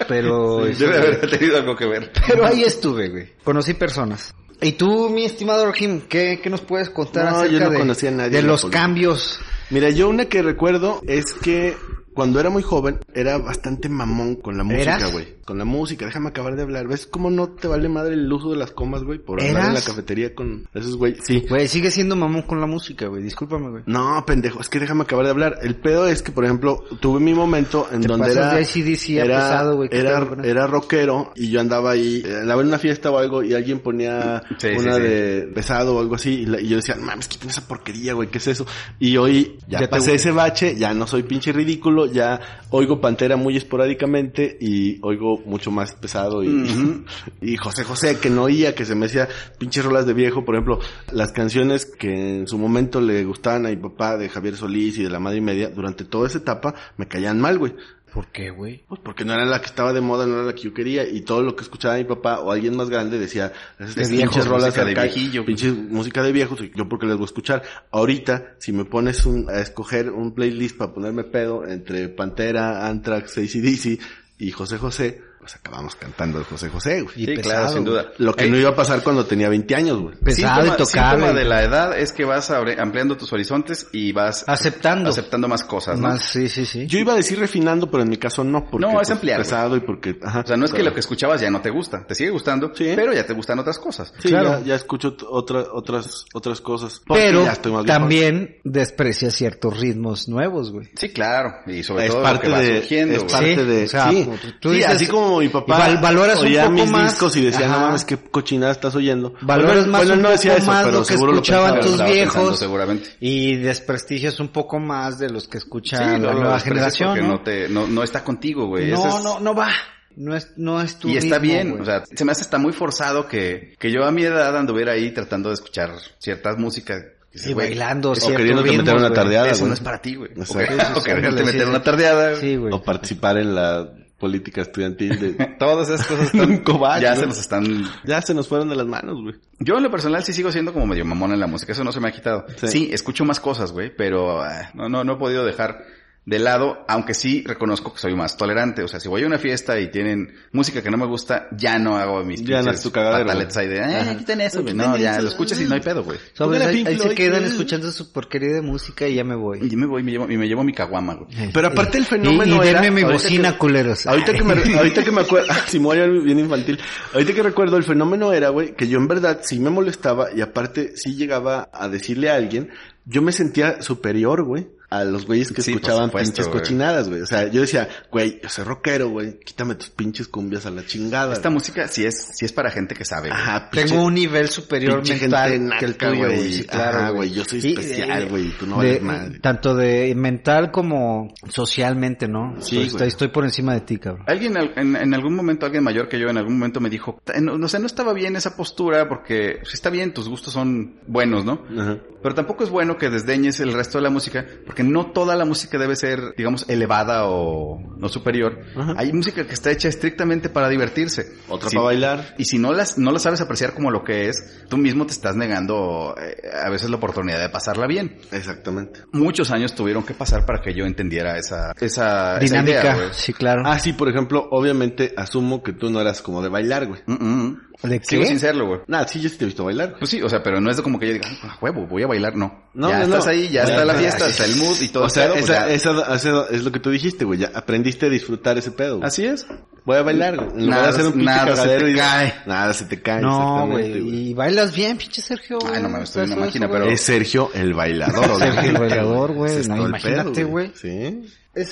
Speaker 3: pero, este,
Speaker 1: Debe haber tenido algo que ver.
Speaker 3: pero ahí estuve, güey. Conocí personas. Y tú, mi estimado Rojim, ¿qué, qué nos puedes contar
Speaker 2: No, yo
Speaker 3: acerca
Speaker 2: no
Speaker 3: de,
Speaker 2: conocí a nadie
Speaker 3: de
Speaker 2: en la
Speaker 3: los
Speaker 2: política.
Speaker 3: cambios?
Speaker 2: Mira, yo una que recuerdo es que cuando era muy joven era bastante mamón con la música,
Speaker 3: ¿Eras?
Speaker 2: güey. Con la música, déjame acabar de hablar. ¿Ves cómo no te vale madre el uso de las comas, güey? Por andar en la
Speaker 3: ¿Eras?
Speaker 2: cafetería con esos güey. Sí.
Speaker 3: Güey, sigue siendo mamón con la música, güey. Discúlpame, güey.
Speaker 2: No, pendejo, es que déjame acabar de hablar. El pedo es que, por ejemplo, tuve mi momento en
Speaker 3: Te
Speaker 2: donde
Speaker 3: pasas
Speaker 2: era,
Speaker 3: de AC/DC a
Speaker 2: era,
Speaker 3: pesado, güey, ¿qué
Speaker 2: era,
Speaker 3: pedo con eso?
Speaker 2: era rockero y yo andaba ahí, eh, andaba en una fiesta o algo y alguien ponía
Speaker 1: Sí,
Speaker 2: una
Speaker 1: sí, sí.
Speaker 2: de pesado o algo así y, la- y yo decía, mames, quiten esa porquería, güey, ¿qué es eso? Y hoy
Speaker 3: Ya
Speaker 2: ya,
Speaker 3: te
Speaker 2: pasé
Speaker 3: gu-
Speaker 2: ese bache, ya no soy pinche ridículo, ya oigo Pantera muy esporádicamente y oigo mucho más pesado y,
Speaker 1: Ujú.
Speaker 2: y José José, que no oía, que se me hacía pinches rolas de viejo, por ejemplo, las canciones que en su momento le gustaban a mi papá de Javier Solís y de la madre y media, durante toda esa etapa me caían mal, güey.
Speaker 3: ¿Por qué, güey?
Speaker 2: Pues porque no era la que estaba de moda, no era la que yo quería, y todo lo que escuchaba mi papá o alguien más grande decía, esas
Speaker 1: De viejos,
Speaker 2: pinches rolas
Speaker 1: música de
Speaker 2: arcaicas,
Speaker 1: viejillo".
Speaker 2: pinches música de viejos, y yo porque les voy a escuchar. Ahorita, si me pones un, a escoger un playlist para ponerme pedo entre Pantera, Anthrax, ACDC y José José, pues acabamos cantando el José José, güey.
Speaker 3: Y
Speaker 1: sí,
Speaker 3: pesado,
Speaker 1: claro, sin
Speaker 3: güey.
Speaker 1: duda.
Speaker 2: Lo que
Speaker 1: Eh,
Speaker 2: no iba a pasar cuando tenía 20 años, güey.
Speaker 3: Pesado
Speaker 1: síntoma-
Speaker 3: y tocable.
Speaker 1: síntoma de la edad es que vas abre- ampliando tus horizontes y vas
Speaker 3: Aceptando.
Speaker 1: aceptando más cosas, ¿no?
Speaker 3: Más, sí, sí, sí.
Speaker 2: Yo iba a decir refinando, pero en mi caso no, porque pues,
Speaker 1: No, es ampliar, güey.
Speaker 2: pesado y porque, ajá.
Speaker 1: O sea, no es que
Speaker 2: Pero-
Speaker 1: lo que escuchabas ya no te gusta, te sigue gustando,
Speaker 2: Sí.
Speaker 1: pero ya te gustan otras cosas.
Speaker 2: Sí,
Speaker 3: Claro.
Speaker 2: ya, ya escucho t- otra, otras, otras cosas. Porque
Speaker 3: Pero
Speaker 2: ya estoy más viejo.
Speaker 3: también desprecia ciertos ritmos nuevos, güey.
Speaker 1: Sí, claro, y sobre
Speaker 2: Es
Speaker 1: todo
Speaker 2: parte
Speaker 1: lo que va
Speaker 2: de,
Speaker 1: surgiendo,
Speaker 2: es
Speaker 1: güey.
Speaker 2: parte
Speaker 3: Sí,
Speaker 2: de,
Speaker 3: o sea, pues,
Speaker 2: sí,
Speaker 3: tú- tú
Speaker 2: Sí,
Speaker 3: dices-
Speaker 2: así como mi papá
Speaker 3: val- valoras un
Speaker 2: oía
Speaker 3: poco
Speaker 2: mis
Speaker 3: más.
Speaker 2: discos y decía, no
Speaker 3: Ajá.
Speaker 2: mames, qué cochinada estás oyendo.
Speaker 3: Valoras
Speaker 2: Bueno,
Speaker 3: más
Speaker 2: bueno,
Speaker 3: un
Speaker 2: no decía
Speaker 3: poco
Speaker 2: eso,
Speaker 3: más
Speaker 2: pero
Speaker 3: lo que
Speaker 2: seguro
Speaker 3: escuchaban
Speaker 2: pensaba.
Speaker 1: Pero
Speaker 3: tus
Speaker 1: estaba pensando
Speaker 3: viejos.
Speaker 1: Seguramente.
Speaker 3: Y desprestigias un poco más de los que escucha
Speaker 1: Sí,
Speaker 3: la
Speaker 1: no,
Speaker 3: nueva
Speaker 1: lo desprecias
Speaker 3: generación.
Speaker 1: porque
Speaker 3: ¿no?
Speaker 1: No, te, no, no está contigo, güey. Ese
Speaker 3: no,
Speaker 1: es-
Speaker 3: no, no va. No es, no es tu
Speaker 1: Y está
Speaker 3: ritmo,
Speaker 1: bien,
Speaker 3: güey.
Speaker 1: o sea, se me hace está muy forzado que, que yo a mi edad anduviera ahí tratando de escuchar ciertas músicas.
Speaker 3: y bailando
Speaker 2: o queriendo que
Speaker 3: ritmos,
Speaker 2: meter una
Speaker 3: güey.
Speaker 2: tardeada,
Speaker 1: Eso
Speaker 2: güey.
Speaker 1: no es para ti, güey. O
Speaker 2: Exacto.
Speaker 1: que-
Speaker 3: Sí, sí,
Speaker 1: o quererte
Speaker 3: sí,
Speaker 1: meter
Speaker 3: sí.
Speaker 1: una tardeada. güey.
Speaker 3: Sí, güey.
Speaker 2: O participar en la política estudiantil de...
Speaker 1: Todas esas cosas
Speaker 2: Un
Speaker 1: están,
Speaker 2: cobacho,
Speaker 1: ya
Speaker 2: ¿no?
Speaker 1: se nos están
Speaker 2: ya se nos fueron de las manos, güey.
Speaker 1: Yo en lo personal sí sigo siendo como medio mamón en la música, eso no se me ha quitado.
Speaker 2: Sí.
Speaker 1: Sí, escucho más cosas, güey, pero ah, no, no, no he podido dejar de lado, aunque sí reconozco que soy más tolerante. O sea, si voy a una fiesta y tienen música que no me gusta, ya no hago mis
Speaker 2: Ya no
Speaker 1: pinches
Speaker 2: es tu cagadero,
Speaker 1: pataletas ahí de,
Speaker 2: Ajá.
Speaker 1: eh, quiten eso, güey. No, ya lo escuchas y no hay pedo, güey.
Speaker 3: Sobre,
Speaker 2: Pongan a
Speaker 3: ahí,
Speaker 2: Pink
Speaker 3: ahí se
Speaker 2: Floyd,
Speaker 3: quedan
Speaker 2: güey.
Speaker 3: escuchando su porquería de música y ya me voy.
Speaker 1: Y me voy y me llevo, y me llevo mi caguama, güey.
Speaker 2: Pero aparte el
Speaker 3: Y-
Speaker 2: fenómeno
Speaker 3: y,
Speaker 2: era-
Speaker 3: denme mi
Speaker 2: ahorita
Speaker 3: bocina,
Speaker 2: que-
Speaker 3: culeros.
Speaker 2: Ahorita que me, ahorita que me acuerdo, ah, sí, me voy a ver bien infantil. Ahorita que recuerdo, el fenómeno era, güey, que yo en verdad sí me molestaba y aparte sí llegaba a decirle a alguien, yo me sentía superior, güey, a los güeyes que
Speaker 1: Sí, por
Speaker 2: escuchaban
Speaker 1: supuesto,
Speaker 2: pinches
Speaker 1: güey.
Speaker 2: cochinadas, güey. O sea, yo decía, güey, yo soy rockero, güey, quítame tus pinches cumbias a la chingada.
Speaker 1: Esta
Speaker 2: güey.
Speaker 1: música sí es, sí es para gente que sabe, güey.
Speaker 2: Ajá, pinche-
Speaker 3: Tengo un nivel superior
Speaker 2: pinche gente
Speaker 3: mental que el
Speaker 2: naca,
Speaker 3: tuyo,
Speaker 2: güey.
Speaker 3: güey. Sí,
Speaker 2: Ajá,
Speaker 3: claro,
Speaker 2: güey, yo soy
Speaker 3: Y-
Speaker 2: especial,
Speaker 3: de-
Speaker 2: güey, tú no
Speaker 3: de-
Speaker 2: vales madre.
Speaker 3: Tanto de mental como socialmente, ¿no?
Speaker 2: Sí,
Speaker 3: estoy,
Speaker 2: güey.
Speaker 3: estoy, estoy por encima de ti, cabrón.
Speaker 1: Alguien al- en, en algún momento, alguien mayor que yo en algún momento me dijo, no, no sé, no estaba bien esa postura porque sí está bien, tus gustos son buenos, ¿no?
Speaker 2: Ajá.
Speaker 1: Pero tampoco es bueno que desdeñes el resto de la música, porque no toda la música debe ser, digamos, elevada o no superior.
Speaker 2: Ajá.
Speaker 1: Hay música que está hecha estrictamente para divertirse.
Speaker 2: Otra
Speaker 1: Si-
Speaker 2: para bailar.
Speaker 1: Y si no las, no la sabes apreciar como lo que es, tú mismo te estás negando eh, a veces la oportunidad de pasarla bien.
Speaker 2: Exactamente.
Speaker 1: Muchos años tuvieron que pasar para que yo entendiera esa, esa esa
Speaker 3: Dinámica,
Speaker 1: idea, güey.
Speaker 3: sí, claro.
Speaker 2: Ah, sí, por ejemplo, obviamente asumo que tú no eras como de bailar, güey.
Speaker 1: Mm, mm.
Speaker 3: ¿De
Speaker 1: Sigo
Speaker 3: qué?
Speaker 1: sin serlo, güey.
Speaker 2: Nada, sí, yo sí te he visto bailar. güey.
Speaker 1: Pues sí, o sea, pero no es de como que yo diga, "Ah, huevo, voy a bailar, no.
Speaker 2: No,
Speaker 1: ya
Speaker 2: no, no.
Speaker 1: estás ahí, ya
Speaker 2: Ya,
Speaker 1: está la
Speaker 2: ya,
Speaker 1: fiesta,
Speaker 2: ya.
Speaker 1: está el mood y todo.
Speaker 2: o sea,
Speaker 1: el pedo, pues
Speaker 2: esa-
Speaker 1: ya.
Speaker 2: esa- esa- es lo que tú dijiste, güey. Ya aprendiste a disfrutar ese pedo. güey.
Speaker 1: Así es.
Speaker 2: Voy a bailar, güey. En lugar
Speaker 1: Nada,
Speaker 2: de hacer un pinche
Speaker 1: nada se
Speaker 2: cagadero
Speaker 1: te
Speaker 2: y-
Speaker 1: cae.
Speaker 2: Nada se te cae.
Speaker 3: No,
Speaker 2: Ah, exactamente,
Speaker 3: güey. Y bailas bien, pinche Sergio.
Speaker 1: Ay, no mames, estoy
Speaker 3: Estás
Speaker 1: una máquina,
Speaker 3: oso, güey.
Speaker 1: pero-
Speaker 2: Es Sergio el bailador.
Speaker 3: Sergio el bailador, güey.
Speaker 2: Ese es
Speaker 3: No,
Speaker 2: todo el
Speaker 3: imagínate,
Speaker 2: pedo,
Speaker 3: güey.
Speaker 2: Sí.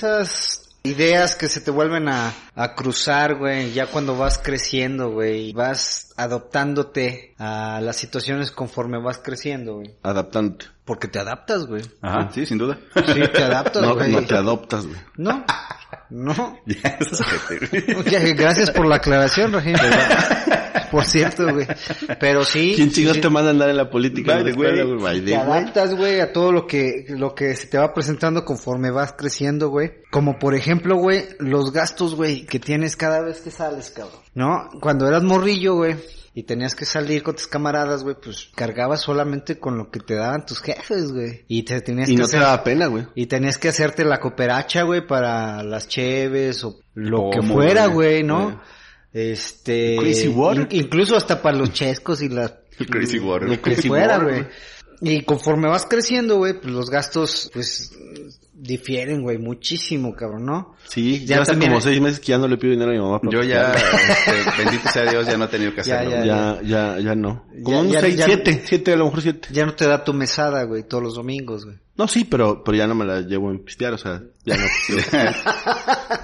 Speaker 3: Esas ideas que se te vuelven a, a cruzar, güey, ya cuando vas creciendo, güey, y vas adoptándote a las situaciones conforme vas creciendo, güey.
Speaker 2: Adaptante.
Speaker 3: Porque te adaptas, güey.
Speaker 1: Ajá, sí, sin duda.
Speaker 3: Sí, te adaptas,
Speaker 2: No,
Speaker 3: güey.
Speaker 2: no te adoptas, güey.
Speaker 3: no, no.
Speaker 1: Ya, eso es que te-
Speaker 3: Ya, Gracias por la aclaración, Rajim. Por cierto, güey. Pero sí.
Speaker 2: ¿Quién
Speaker 3: sí,
Speaker 2: chingados
Speaker 3: sí.
Speaker 2: te manda a andar en la política?
Speaker 1: Baile,
Speaker 2: en la escuela,
Speaker 1: güey.
Speaker 2: Baile,
Speaker 3: Te
Speaker 2: güey.
Speaker 3: adaptas, güey, a todo lo que, lo que se te va presentando conforme vas creciendo, güey. Como por ejemplo, güey, los gastos, güey, que tienes cada vez que sales, cabrón. ¿No? Cuando eras morrillo, güey. Y tenías que salir con tus camaradas, güey, pues cargabas solamente con lo que te daban tus jefes, güey. Y te tenías
Speaker 2: Y
Speaker 3: que
Speaker 2: no te
Speaker 3: hacer-
Speaker 2: daba pena, güey.
Speaker 3: y tenías que hacerte la cooperacha, güey, para las cheves o lo que
Speaker 1: Como,
Speaker 3: fuera,
Speaker 1: güey.
Speaker 3: güey, ¿no?
Speaker 1: Yeah.
Speaker 3: Este...
Speaker 2: Crazy Water.
Speaker 3: in- incluso hasta para los chescos y las
Speaker 1: El Crazy Water.
Speaker 2: El
Speaker 3: que
Speaker 2: Crazy
Speaker 3: fuera,
Speaker 2: Water,
Speaker 3: güey. Y conforme vas creciendo, güey, pues los gastos, pues, difieren, güey, muchísimo, cabrón, ¿no?
Speaker 2: Sí,
Speaker 3: Ya
Speaker 2: ya, hace
Speaker 3: también-
Speaker 2: como seis meses que ya no le pido dinero a mi mamá. para
Speaker 1: Yo ya,
Speaker 2: pagar.
Speaker 1: este, bendito sea Dios, ya no he tenido que
Speaker 3: Ya,
Speaker 1: hacerlo.
Speaker 3: ya.
Speaker 1: güey.
Speaker 2: Ya, ya, ya no. Como
Speaker 3: Ya-
Speaker 2: unos
Speaker 3: ya-
Speaker 2: seis,
Speaker 3: ya-
Speaker 2: siete. Siete, a lo mejor siete.
Speaker 3: Ya no te da tu mesada, güey, todos los domingos, güey.
Speaker 2: No, sí, pero, pero ya no me la llevo en pistear, o sea, ya no.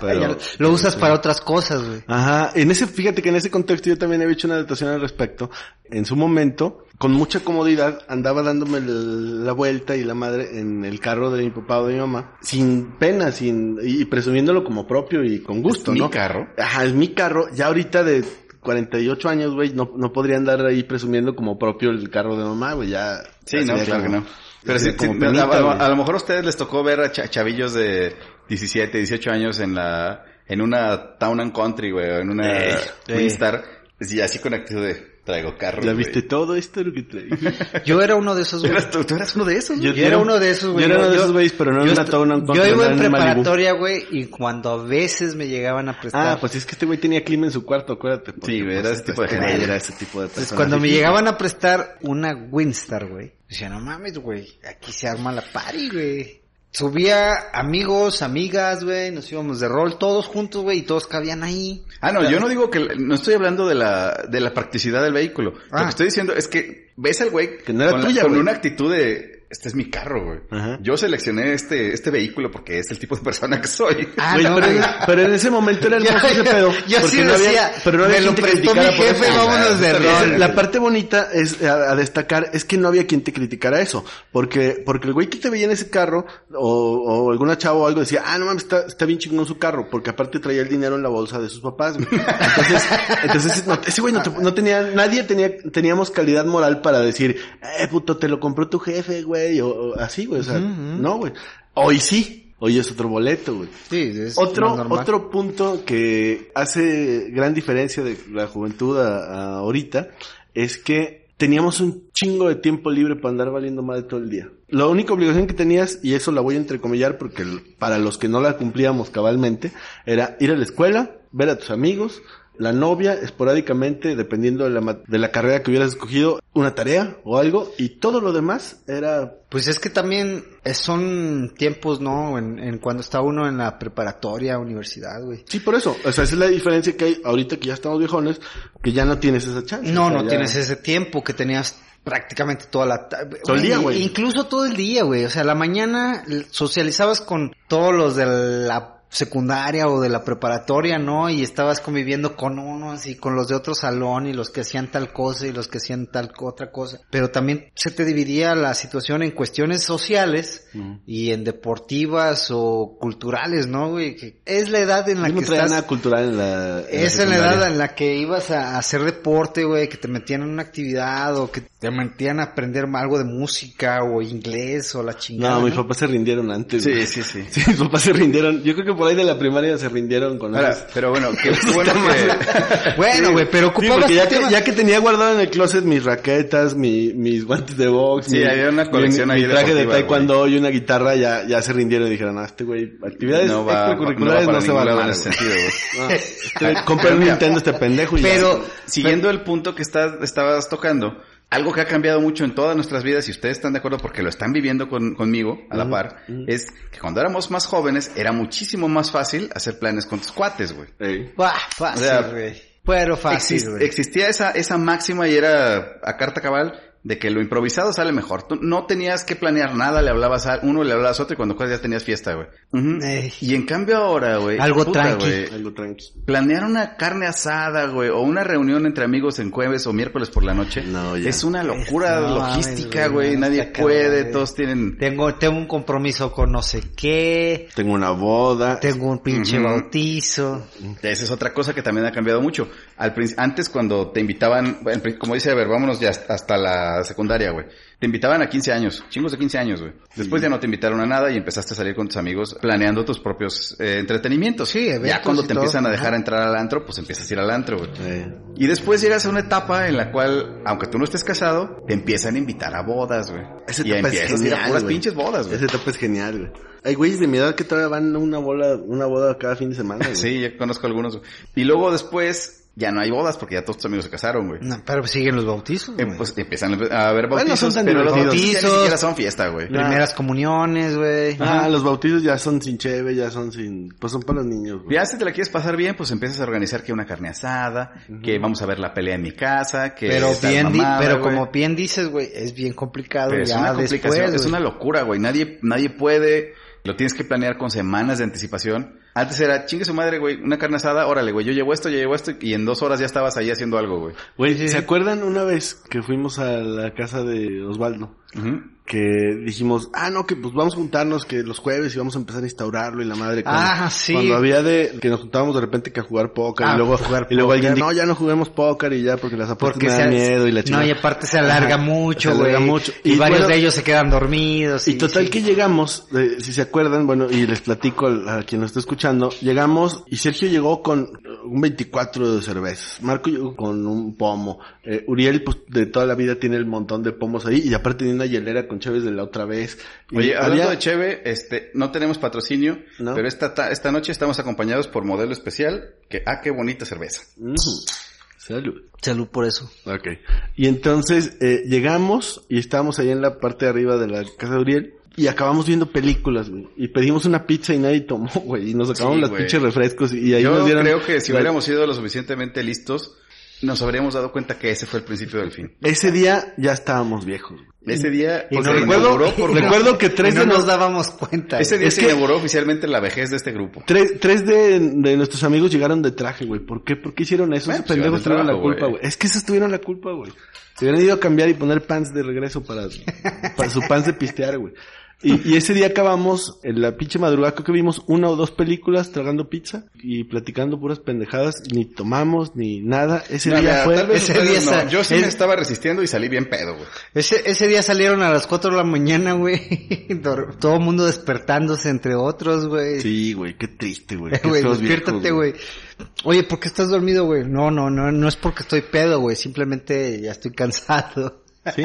Speaker 2: Pero-
Speaker 3: Ya lo- lo usas para otras cosas, güey.
Speaker 2: Ajá, en ese, fíjate que en ese contexto yo también había hecho una anotación al respecto. En su momento, con mucha comodidad, andaba dándome el- la vuelta y la madre en el carro de mi papá o de mi mamá, sin pena, sin, y presumiéndolo como propio y con gusto,
Speaker 1: Mi
Speaker 2: ¿no?
Speaker 1: carro.
Speaker 2: Ajá, es mi carro. Ya ahorita de 48 años, güey, no, no podría andar ahí presumiendo como propio el carro de mamá, güey, ya.
Speaker 1: Sí,
Speaker 2: ya
Speaker 1: no,
Speaker 2: sería
Speaker 1: claro que
Speaker 2: como-
Speaker 1: no. Pero sí,
Speaker 2: sería como
Speaker 1: sí,
Speaker 2: penita,
Speaker 1: a, a-
Speaker 2: güey.
Speaker 1: a lo mejor a ustedes les tocó ver a cha- chavillos de 17, 18 años en la, en una town and country, güey, o en una
Speaker 2: Eh,
Speaker 1: Winstar, y así con actitud de, Traigo carro.
Speaker 2: Ya
Speaker 1: güey.
Speaker 2: viste todo esto lo que traigo.
Speaker 3: Yo era uno de esos güeyes.
Speaker 1: Eras tú, tú eras uno de esos.
Speaker 3: Yo,
Speaker 1: güey.
Speaker 3: era uno de esos, güey.
Speaker 2: Yo era uno de
Speaker 3: Yo-
Speaker 2: esos güeyes, pero no en
Speaker 3: yo
Speaker 2: una
Speaker 3: est-
Speaker 2: Town and
Speaker 3: Yo
Speaker 2: Country,
Speaker 3: iba en
Speaker 2: era Malibu.
Speaker 3: preparatoria, güey, y cuando a veces me llegaban a prestar.
Speaker 2: Ah, pues es que este güey tenía clima en su cuarto, acuérdate. porque,
Speaker 1: Sí, güey,
Speaker 2: pues,
Speaker 1: era ese tipo de
Speaker 2: este
Speaker 1: gente.
Speaker 2: güey
Speaker 1: Era ese tipo de personas.
Speaker 3: Entonces, cuando me llegaban a prestar una Winstar, güey, decía, no mames, güey, aquí se arma la party, güey. Subía amigos, amigas, güey, nos íbamos de rol todos juntos, güey, y todos cabían ahí.
Speaker 1: Ah, no, yo no digo que... No estoy hablando de la, de la practicidad del vehículo. Lo
Speaker 3: Ah.
Speaker 1: que estoy diciendo es que ves al güey...
Speaker 2: Que no era
Speaker 1: con la-
Speaker 2: tuya,
Speaker 1: Con
Speaker 2: güey.
Speaker 1: una actitud de... Este es mi carro, güey.
Speaker 2: Ajá.
Speaker 1: Yo seleccioné este, este vehículo porque es el tipo de persona que soy.
Speaker 3: Ah,
Speaker 2: Güey,
Speaker 3: no,
Speaker 2: pero,
Speaker 3: güey.
Speaker 2: pero en ese momento era hermoso ese pedo.
Speaker 3: yo
Speaker 2: porque
Speaker 3: sí
Speaker 2: no había-
Speaker 3: decía,
Speaker 2: pero no había
Speaker 3: me lo
Speaker 2: gente que
Speaker 3: prestó mi
Speaker 2: criticara por
Speaker 3: jefe,
Speaker 2: eso.
Speaker 3: vámonos de
Speaker 1: Ah,
Speaker 2: Pero
Speaker 1: Perdón.
Speaker 3: rol.
Speaker 2: La parte bonita es eh, a, a destacar es que no había quien te criticara eso. Porque, porque el güey que te veía en ese carro, o, o alguna chava o algo, decía, ah, no mames, está, está bien chingón su carro, porque aparte traía el dinero en la bolsa de sus papás, güey. Entonces, entonces no, ese güey no, te- no tenía, nadie tenía, teníamos calidad moral para decir, eh, puto, te lo compró tu jefe, güey, o, o así, güey, o sea,
Speaker 3: Ujú, ujú.
Speaker 2: no, güey. Hoy sí, hoy es otro boleto, güey.
Speaker 3: Sí, es más
Speaker 2: Otro,
Speaker 3: normal.
Speaker 2: otro punto que hace gran diferencia de la juventud a, a ahorita es que teníamos un chingo de tiempo libre para andar valiendo madre todo el día. La única obligación que tenías, y eso la voy a entrecomillar porque l- para los que no la cumplíamos cabalmente, era ir a la escuela, ver a tus amigos, la novia, esporádicamente, dependiendo de la, ma- de la carrera que hubieras escogido, una tarea o algo, y todo lo demás era...
Speaker 3: Pues es que también eh, son tiempos, ¿no? En, en cuando está uno en la preparatoria, universidad, güey.
Speaker 2: Sí, por eso. O sea, esa es la diferencia que hay ahorita que ya estamos viejones, que ya no tienes esa chance. O
Speaker 3: No,
Speaker 2: sea,
Speaker 3: no
Speaker 2: ya-
Speaker 3: tienes ese tiempo que tenías prácticamente toda la tarde.
Speaker 2: Todo el día, güey.
Speaker 3: Incluso todo el día, güey. O sea, la mañana l- socializabas con todos los de la secundaria o de la preparatoria, ¿no? Y estabas conviviendo con unos y con los de otro salón y los que hacían tal cosa y los que hacían tal co- otra cosa. Pero también se te dividía la situación en cuestiones sociales
Speaker 2: Ujú.
Speaker 3: y en deportivas o culturales, ¿no, güey? Que es la edad en la
Speaker 2: Yo no
Speaker 3: que
Speaker 2: traía
Speaker 3: estás...
Speaker 2: nada cultural en la. en
Speaker 3: Es en la
Speaker 2: secundaria.
Speaker 3: edad en la que ibas a hacer deporte, güey, que te metían en una actividad o que te metían a aprender algo de música o inglés o la chingada.
Speaker 2: No, mis
Speaker 3: ¿no?
Speaker 2: papás se rindieron antes.
Speaker 1: Sí,
Speaker 2: güey.
Speaker 1: sí, sí.
Speaker 2: Sí, mis papás se rindieron. Yo creo que por ahí de la primaria se rindieron con
Speaker 1: Ahora,
Speaker 2: esas-
Speaker 1: pero bueno, qué bueno que...
Speaker 3: Bueno, güey, pero
Speaker 2: Sí,
Speaker 3: ocupabas
Speaker 2: porque ya
Speaker 3: tu
Speaker 2: que,
Speaker 3: tema.
Speaker 2: ya que tenía guardado en el closet mis raquetas, mi, mis guantes de box,
Speaker 1: Sí,
Speaker 2: mi,
Speaker 1: había una
Speaker 2: mi-
Speaker 1: colección
Speaker 2: mi,
Speaker 1: ahí
Speaker 2: traje de
Speaker 1: deportiva,
Speaker 2: taekwondo y una guitarra, ya, ya se rindieron y dijeron, ah, este güey, actividades
Speaker 1: no va, no, va
Speaker 2: extracurriculares no,
Speaker 1: para
Speaker 2: se
Speaker 1: ningún
Speaker 2: van a
Speaker 1: lado
Speaker 2: dar.
Speaker 1: en ese sentido, güey.
Speaker 2: Compré un Nintendo este pendejo y ya.
Speaker 3: Pero,
Speaker 1: Siguiendo el punto que estás, estabas tocando, algo que ha cambiado mucho en todas nuestras vidas, y ustedes están de acuerdo porque lo están viviendo con- conmigo a la
Speaker 2: Ujú,
Speaker 1: par,
Speaker 2: ujú.
Speaker 1: es que cuando éramos más jóvenes era muchísimo más fácil hacer planes con tus cuates, güey.
Speaker 2: Ey.
Speaker 3: bah,
Speaker 1: O sea,
Speaker 3: fácil, güey. pero fácil,
Speaker 1: Exist-
Speaker 3: güey.
Speaker 1: existía esa, esa máxima y era a carta cabal de que lo improvisado sale mejor. Tú no tenías que planear nada, le hablabas a uno, le hablabas a otro y cuando acuerdas ya tenías fiesta, güey. Ujú.
Speaker 3: Ey.
Speaker 1: Y en cambio ahora, güey.
Speaker 3: Algo tranqui.
Speaker 1: güey,
Speaker 2: Eh. Algo tranqui.
Speaker 1: Planear una carne asada, güey, o una reunión entre amigos en jueves o miércoles por la noche.
Speaker 2: No, ya.
Speaker 1: Es una locura
Speaker 3: No,
Speaker 1: logística,
Speaker 3: mames,
Speaker 1: güey.
Speaker 3: güey, no,
Speaker 1: Nadie
Speaker 3: está
Speaker 1: puede,
Speaker 3: cabrón, güey.
Speaker 1: todos tienen.
Speaker 3: Tengo, tengo un compromiso con no sé qué,
Speaker 2: Tengo una boda.
Speaker 3: tengo un pinche
Speaker 1: Ujú.
Speaker 3: bautizo.
Speaker 1: Esa es otra cosa que también ha cambiado mucho. Al prin- antes cuando te invitaban, bueno, pri- como dice, a ver, vámonos ya hasta- hasta la secundaria, güey. Te invitaban a 15 años, chingos de 15 años, güey. Después
Speaker 2: Sí.
Speaker 1: ya no te invitaron a nada y empezaste a salir con tus amigos planeando tus propios eh, entretenimientos.
Speaker 3: Sí, eventos
Speaker 1: Ya cuando
Speaker 3: y
Speaker 1: te
Speaker 3: todo.
Speaker 1: empiezan a dejar entrar al antro, pues empiezas a ir al antro, güey.
Speaker 2: Eh.
Speaker 1: Y después llegas a una etapa en la cual, aunque tú no estés casado, te empiezan a invitar a bodas, güey.
Speaker 2: Esa
Speaker 1: Y
Speaker 2: etapa es
Speaker 1: empiezas a ir a
Speaker 2: genial,
Speaker 1: puras
Speaker 2: güey.
Speaker 1: pinches bodas, güey.
Speaker 2: Esa etapa es genial, güey. Hay güeyes de mi edad que todavía van a una bola, una boda cada fin de semana, güey.
Speaker 1: Sí, yo conozco algunos. güey. Y luego después ya no hay bodas porque ya todos tus amigos se casaron, güey.
Speaker 3: No, pero siguen los bautizos,
Speaker 1: Eh,
Speaker 3: güey.
Speaker 1: pues empiezan a haber
Speaker 2: Bueno,
Speaker 1: bautizos,
Speaker 2: son tan
Speaker 1: pero los
Speaker 2: divertidos.
Speaker 1: bautizos ya ni
Speaker 3: Bautizos.
Speaker 1: siquiera son fiesta, güey.
Speaker 2: No.
Speaker 3: Primeras comuniones, güey.
Speaker 2: Ah, los bautizos ya son sin cheve, ya son sin, pues son para los niños, güey.
Speaker 1: Ya si te la quieres pasar bien, pues empiezas a organizar que una carne asada, que vamos a ver la pelea en mi casa, que
Speaker 3: Pero
Speaker 1: estás
Speaker 3: bien, di-
Speaker 1: mamada,
Speaker 3: pero
Speaker 1: güey.
Speaker 3: como bien dices, güey, es bien complicado
Speaker 1: Pero
Speaker 3: ya
Speaker 1: es una complicación,
Speaker 2: pues,
Speaker 3: después,
Speaker 1: es
Speaker 3: güey.
Speaker 1: una locura, güey. Nadie, nadie puede, lo tienes que planear con semanas de anticipación. Antes era, chingue su madre, güey, una carne asada, órale, güey, yo llevo esto, yo llevo esto, y en dos horas ya estabas ahí haciendo algo, güey.
Speaker 2: Güey, ¿se acuerdan una vez que fuimos a la casa de Osvaldo?
Speaker 1: Ujú.
Speaker 2: que dijimos, ah, no, que pues vamos a juntarnos que los jueves y vamos a empezar a instaurarlo y la madre. cuando-
Speaker 3: Ah, sí.
Speaker 2: Cuando había de que nos juntábamos de repente que a jugar póker
Speaker 3: Ah,
Speaker 2: y luego,
Speaker 3: a jugar
Speaker 2: y luego
Speaker 3: póker.
Speaker 2: alguien, no, ya no juguemos póker y ya porque las apuestas
Speaker 3: Porque
Speaker 2: me
Speaker 3: se
Speaker 2: dan miedo y la
Speaker 3: No,
Speaker 2: chingada.
Speaker 3: y aparte se alarga
Speaker 2: Ajá,
Speaker 3: mucho,
Speaker 2: se
Speaker 3: güey.
Speaker 2: alarga mucho.
Speaker 3: Y,
Speaker 2: Y
Speaker 3: varios
Speaker 2: bueno,
Speaker 3: de ellos se quedan dormidos.
Speaker 2: y total
Speaker 3: sí.
Speaker 2: que llegamos, eh, si se acuerdan, bueno, y les platico al- a, quien nos está escuchando, llegamos y Sergio llegó con eh, un 24 de cervezas, Marco llegó con un pomo, eh, Uriel pues de toda la vida tiene el montón de pomos ahí y aparte tiene una hielera con Chévez de la otra vez. Y
Speaker 1: Oye, hablando
Speaker 2: había-
Speaker 1: de Cheve, este, no tenemos patrocinio,
Speaker 2: No.
Speaker 1: pero esta, ta- esta noche estamos acompañados por Modelo Especial, que, ah, qué bonita cerveza.
Speaker 2: Mm, Salud.
Speaker 3: Salud por eso.
Speaker 2: Ok. Y entonces eh, llegamos y estábamos ahí en la parte de arriba de la casa de Uriel y acabamos viendo películas, güey. Y pedimos una pizza y nadie tomó, güey. Y nos acabamos
Speaker 1: Sí,
Speaker 2: las
Speaker 1: güey.
Speaker 2: pinches refrescos y ahí
Speaker 1: Yo
Speaker 2: nos dieron...
Speaker 1: creo que si
Speaker 2: la-
Speaker 1: hubiéramos sido lo suficientemente listos, nos habríamos dado cuenta que ese fue el principio del fin.
Speaker 2: Ese día ya estábamos viejos. güey.
Speaker 1: Ese día,
Speaker 3: Y
Speaker 1: pues,
Speaker 3: no
Speaker 1: se
Speaker 3: recuerdo-
Speaker 1: inauguró por-
Speaker 2: y Recuerdo que
Speaker 3: Y
Speaker 2: tres
Speaker 3: no
Speaker 2: de
Speaker 3: nos
Speaker 2: nos-
Speaker 3: dábamos cuenta.
Speaker 1: ese día
Speaker 2: es
Speaker 1: se
Speaker 2: que-
Speaker 1: inauguró oficialmente la vejez de este grupo.
Speaker 2: Tres, tres de, de nuestros amigos llegaron de traje, güey. ¿Por qué? ¿Por qué hicieron eso?
Speaker 1: Bueno,
Speaker 2: Esos
Speaker 1: pues,
Speaker 2: pendejos
Speaker 1: iban del
Speaker 2: tuvieron la
Speaker 1: trabajo,
Speaker 2: culpa,
Speaker 1: güey.
Speaker 2: güey. Es que esos tuvieron la culpa, güey. Se hubieran ido a cambiar y poner pants de regreso para, para su pants de pistear, güey. Y, y ese día acabamos, en la pinche madrugada, creo que vimos una o dos películas tragando pizza y platicando puras pendejadas. Ni tomamos, ni nada. Ese
Speaker 1: No,
Speaker 2: día
Speaker 1: ya,
Speaker 2: fue...
Speaker 1: tal vez
Speaker 3: ese
Speaker 1: ustedes
Speaker 3: día
Speaker 1: no.
Speaker 3: sa-
Speaker 1: Yo sí
Speaker 3: es-
Speaker 1: me estaba resistiendo y salí bien pedo, güey.
Speaker 3: Ese, ese día salieron a las 4 de la mañana, güey. Dor- Todo el mundo despertándose entre otros, güey.
Speaker 2: Sí, güey, qué triste, güey.
Speaker 3: Eh,
Speaker 2: Qué
Speaker 3: güey,
Speaker 2: feos viejos,
Speaker 3: despiértate, güey. Oye, ¿por qué estás dormido, güey? No, no, no, no es porque estoy pedo, güey. Simplemente ya estoy cansado.
Speaker 2: Sí.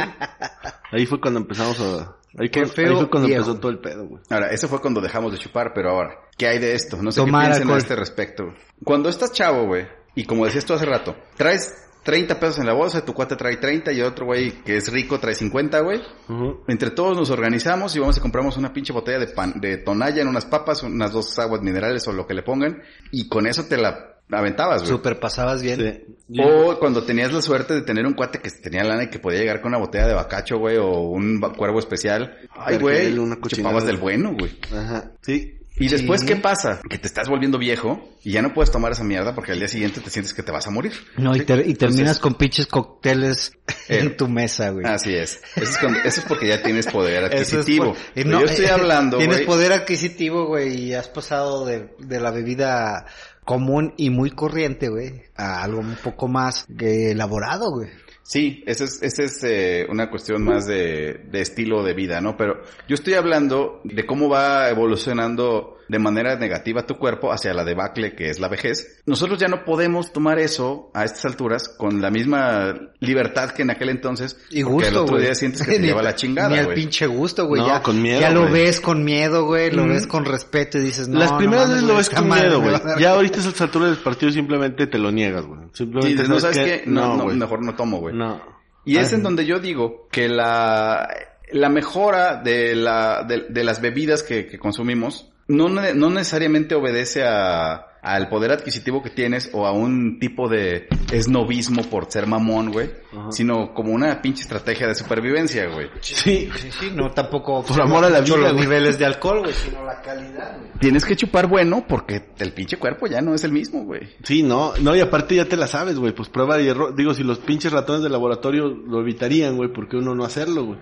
Speaker 2: Ahí fue cuando empezamos a... Ahí,
Speaker 3: Qué
Speaker 2: fue-
Speaker 3: feo
Speaker 2: ahí fue cuando
Speaker 3: viejo.
Speaker 2: empezó todo el pedo, güey.
Speaker 1: Ahora, eso fue cuando dejamos de chupar, pero ahora, ¿qué hay de esto? No sé
Speaker 3: Tomar
Speaker 1: qué piensan
Speaker 3: alcohol.
Speaker 1: a este respecto. Cuando estás chavo, güey, y como decías tú hace rato, traes 30 pesos en la bolsa, tu cuate trae 30 y el otro güey que es rico trae 50, güey.
Speaker 2: Ujú.
Speaker 1: Entre todos nos organizamos y vamos y compramos una pinche botella de pan, de tonalla en unas papas, unas dos aguas minerales o lo que le pongan, y con eso te la aventabas, güey.
Speaker 3: Super pasabas bien.
Speaker 2: Sí.
Speaker 1: O cuando tenías la suerte de tener un cuate que tenía lana y que podía llegar con una botella de bacacho, güey, o un ba- cuervo especial. Ay,
Speaker 2: Vergel,
Speaker 1: güey,
Speaker 2: una cochinada.
Speaker 1: chupabas del bueno, güey.
Speaker 2: Ajá, sí.
Speaker 1: Y
Speaker 3: Sí.
Speaker 1: después, ¿qué pasa? Que te estás volviendo viejo y ya no puedes tomar esa mierda porque al día siguiente te sientes que te vas a morir.
Speaker 3: No, y,
Speaker 1: Sí.
Speaker 3: ter- y terminas
Speaker 1: Entonces,
Speaker 3: con pinches cócteles
Speaker 1: Eh.
Speaker 3: en tu mesa, güey.
Speaker 1: Así es. Eso es, cuando- eso es porque ya tienes poder
Speaker 3: Eso es
Speaker 1: adquisitivo.
Speaker 3: por- eh,
Speaker 1: Pero
Speaker 3: no,
Speaker 1: Yo estoy
Speaker 3: eh,
Speaker 1: hablando,
Speaker 3: Tienes
Speaker 1: güey.
Speaker 3: poder adquisitivo, güey, y has pasado de, de la bebida común y muy corriente, güey, a algo un poco más que elaborado, güey.
Speaker 1: Sí, esa es, esa es eh, una cuestión más de, de estilo de vida, ¿no? Pero yo estoy hablando de cómo va evolucionando de manera negativa tu cuerpo hacia la debacle que es la vejez. Nosotros ya no podemos tomar eso a estas alturas con la misma libertad que en aquel entonces. porque
Speaker 3: Y gusto,
Speaker 1: al otro
Speaker 3: güey.
Speaker 1: día sientes que te
Speaker 3: Ni-
Speaker 1: lleva la chingada,
Speaker 3: Ni al
Speaker 1: güey.
Speaker 3: pinche gusto, güey.
Speaker 2: No,
Speaker 3: ya,
Speaker 2: con miedo,
Speaker 3: ya lo
Speaker 2: güey.
Speaker 3: ves con miedo, güey. Lo
Speaker 2: Mm.
Speaker 3: ves con respeto y dices, no,
Speaker 2: Las
Speaker 3: no
Speaker 2: primeras
Speaker 3: mames,
Speaker 2: veces lo ves
Speaker 3: esta
Speaker 2: con
Speaker 3: madre
Speaker 2: miedo,
Speaker 3: me
Speaker 2: güey.
Speaker 3: va a dar-
Speaker 2: Ya ahorita esas alturas del partido simplemente te lo niegas, güey.
Speaker 1: Sí,
Speaker 2: Simplemente
Speaker 1: dices, no sabes qué, no, no,
Speaker 2: güey.
Speaker 1: mejor no tomo, güey.
Speaker 2: No.
Speaker 1: Y es
Speaker 3: Ajá.
Speaker 1: en donde yo digo que la, la mejora de, la, de, de las bebidas que, que consumimos no, ne- no necesariamente obedece a, al poder adquisitivo que tienes o a un tipo de esnovismo por ser mamón, güey,
Speaker 2: Ajá.
Speaker 1: sino como una pinche estrategia de supervivencia, güey.
Speaker 2: Sí.
Speaker 3: Sí, sí, no, tampoco.
Speaker 2: Por amor a la
Speaker 3: mucho
Speaker 2: vida,
Speaker 3: los
Speaker 2: güey.
Speaker 3: niveles de alcohol, güey, sino la calidad, güey.
Speaker 1: Tienes que chupar bueno porque el pinche cuerpo ya no es el mismo, güey.
Speaker 2: Sí, no, no, y aparte ya te la sabes, güey, pues prueba y error. Digo, si los pinches ratones de laboratorio lo evitarían, güey, ¿por qué uno no hacerlo, güey?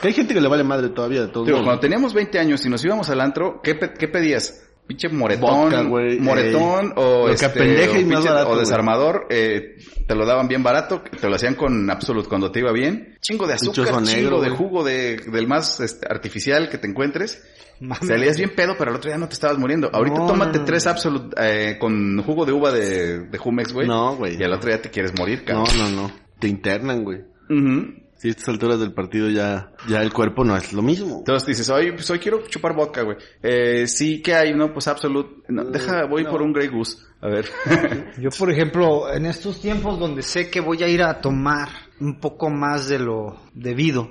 Speaker 2: Que hay gente que le vale madre todavía, de todos
Speaker 1: Pues Digo,
Speaker 2: modos.
Speaker 1: cuando teníamos 20 años y nos íbamos al antro, ¿qué, pe- qué pedías? Pinche moretón,
Speaker 2: Vodka, güey,
Speaker 1: moretón
Speaker 2: ey.
Speaker 1: o,
Speaker 2: Lo que
Speaker 1: este,
Speaker 2: apendeje y
Speaker 1: o
Speaker 2: más
Speaker 1: pinche-
Speaker 2: barato,
Speaker 1: o
Speaker 2: güey.
Speaker 1: desarmador, eh, te lo daban bien barato, te lo hacían con Absolut cuando te iba bien, chingo de azúcar,
Speaker 2: Pinchoso
Speaker 1: chingo
Speaker 2: negro,
Speaker 1: de
Speaker 2: güey.
Speaker 1: jugo de, del más este, artificial que te encuentres,
Speaker 3: Mames.
Speaker 1: salías bien pedo, pero el otro día no te estabas muriendo. Ahorita
Speaker 3: No,
Speaker 1: tómate
Speaker 3: no, no.
Speaker 1: tres Absolut eh, con jugo de uva de, de Jumex, güey,
Speaker 2: No, güey.
Speaker 1: y al otro día te quieres morir,
Speaker 2: No,
Speaker 1: cabrón.
Speaker 2: no, no. Te internan, güey.
Speaker 1: Ujú.
Speaker 2: Si a estas alturas del partido ya, ya el cuerpo no es lo mismo.
Speaker 1: Entonces dices, hoy, pues hoy quiero chupar vodka, güey. Eh, sí, ¿qué hay? No, pues Absolut. No,
Speaker 3: Mm,
Speaker 1: deja, voy por un Grey Goose. A ver.
Speaker 3: Yo, por ejemplo, en estos tiempos donde sé que voy a ir a tomar un poco más de lo debido,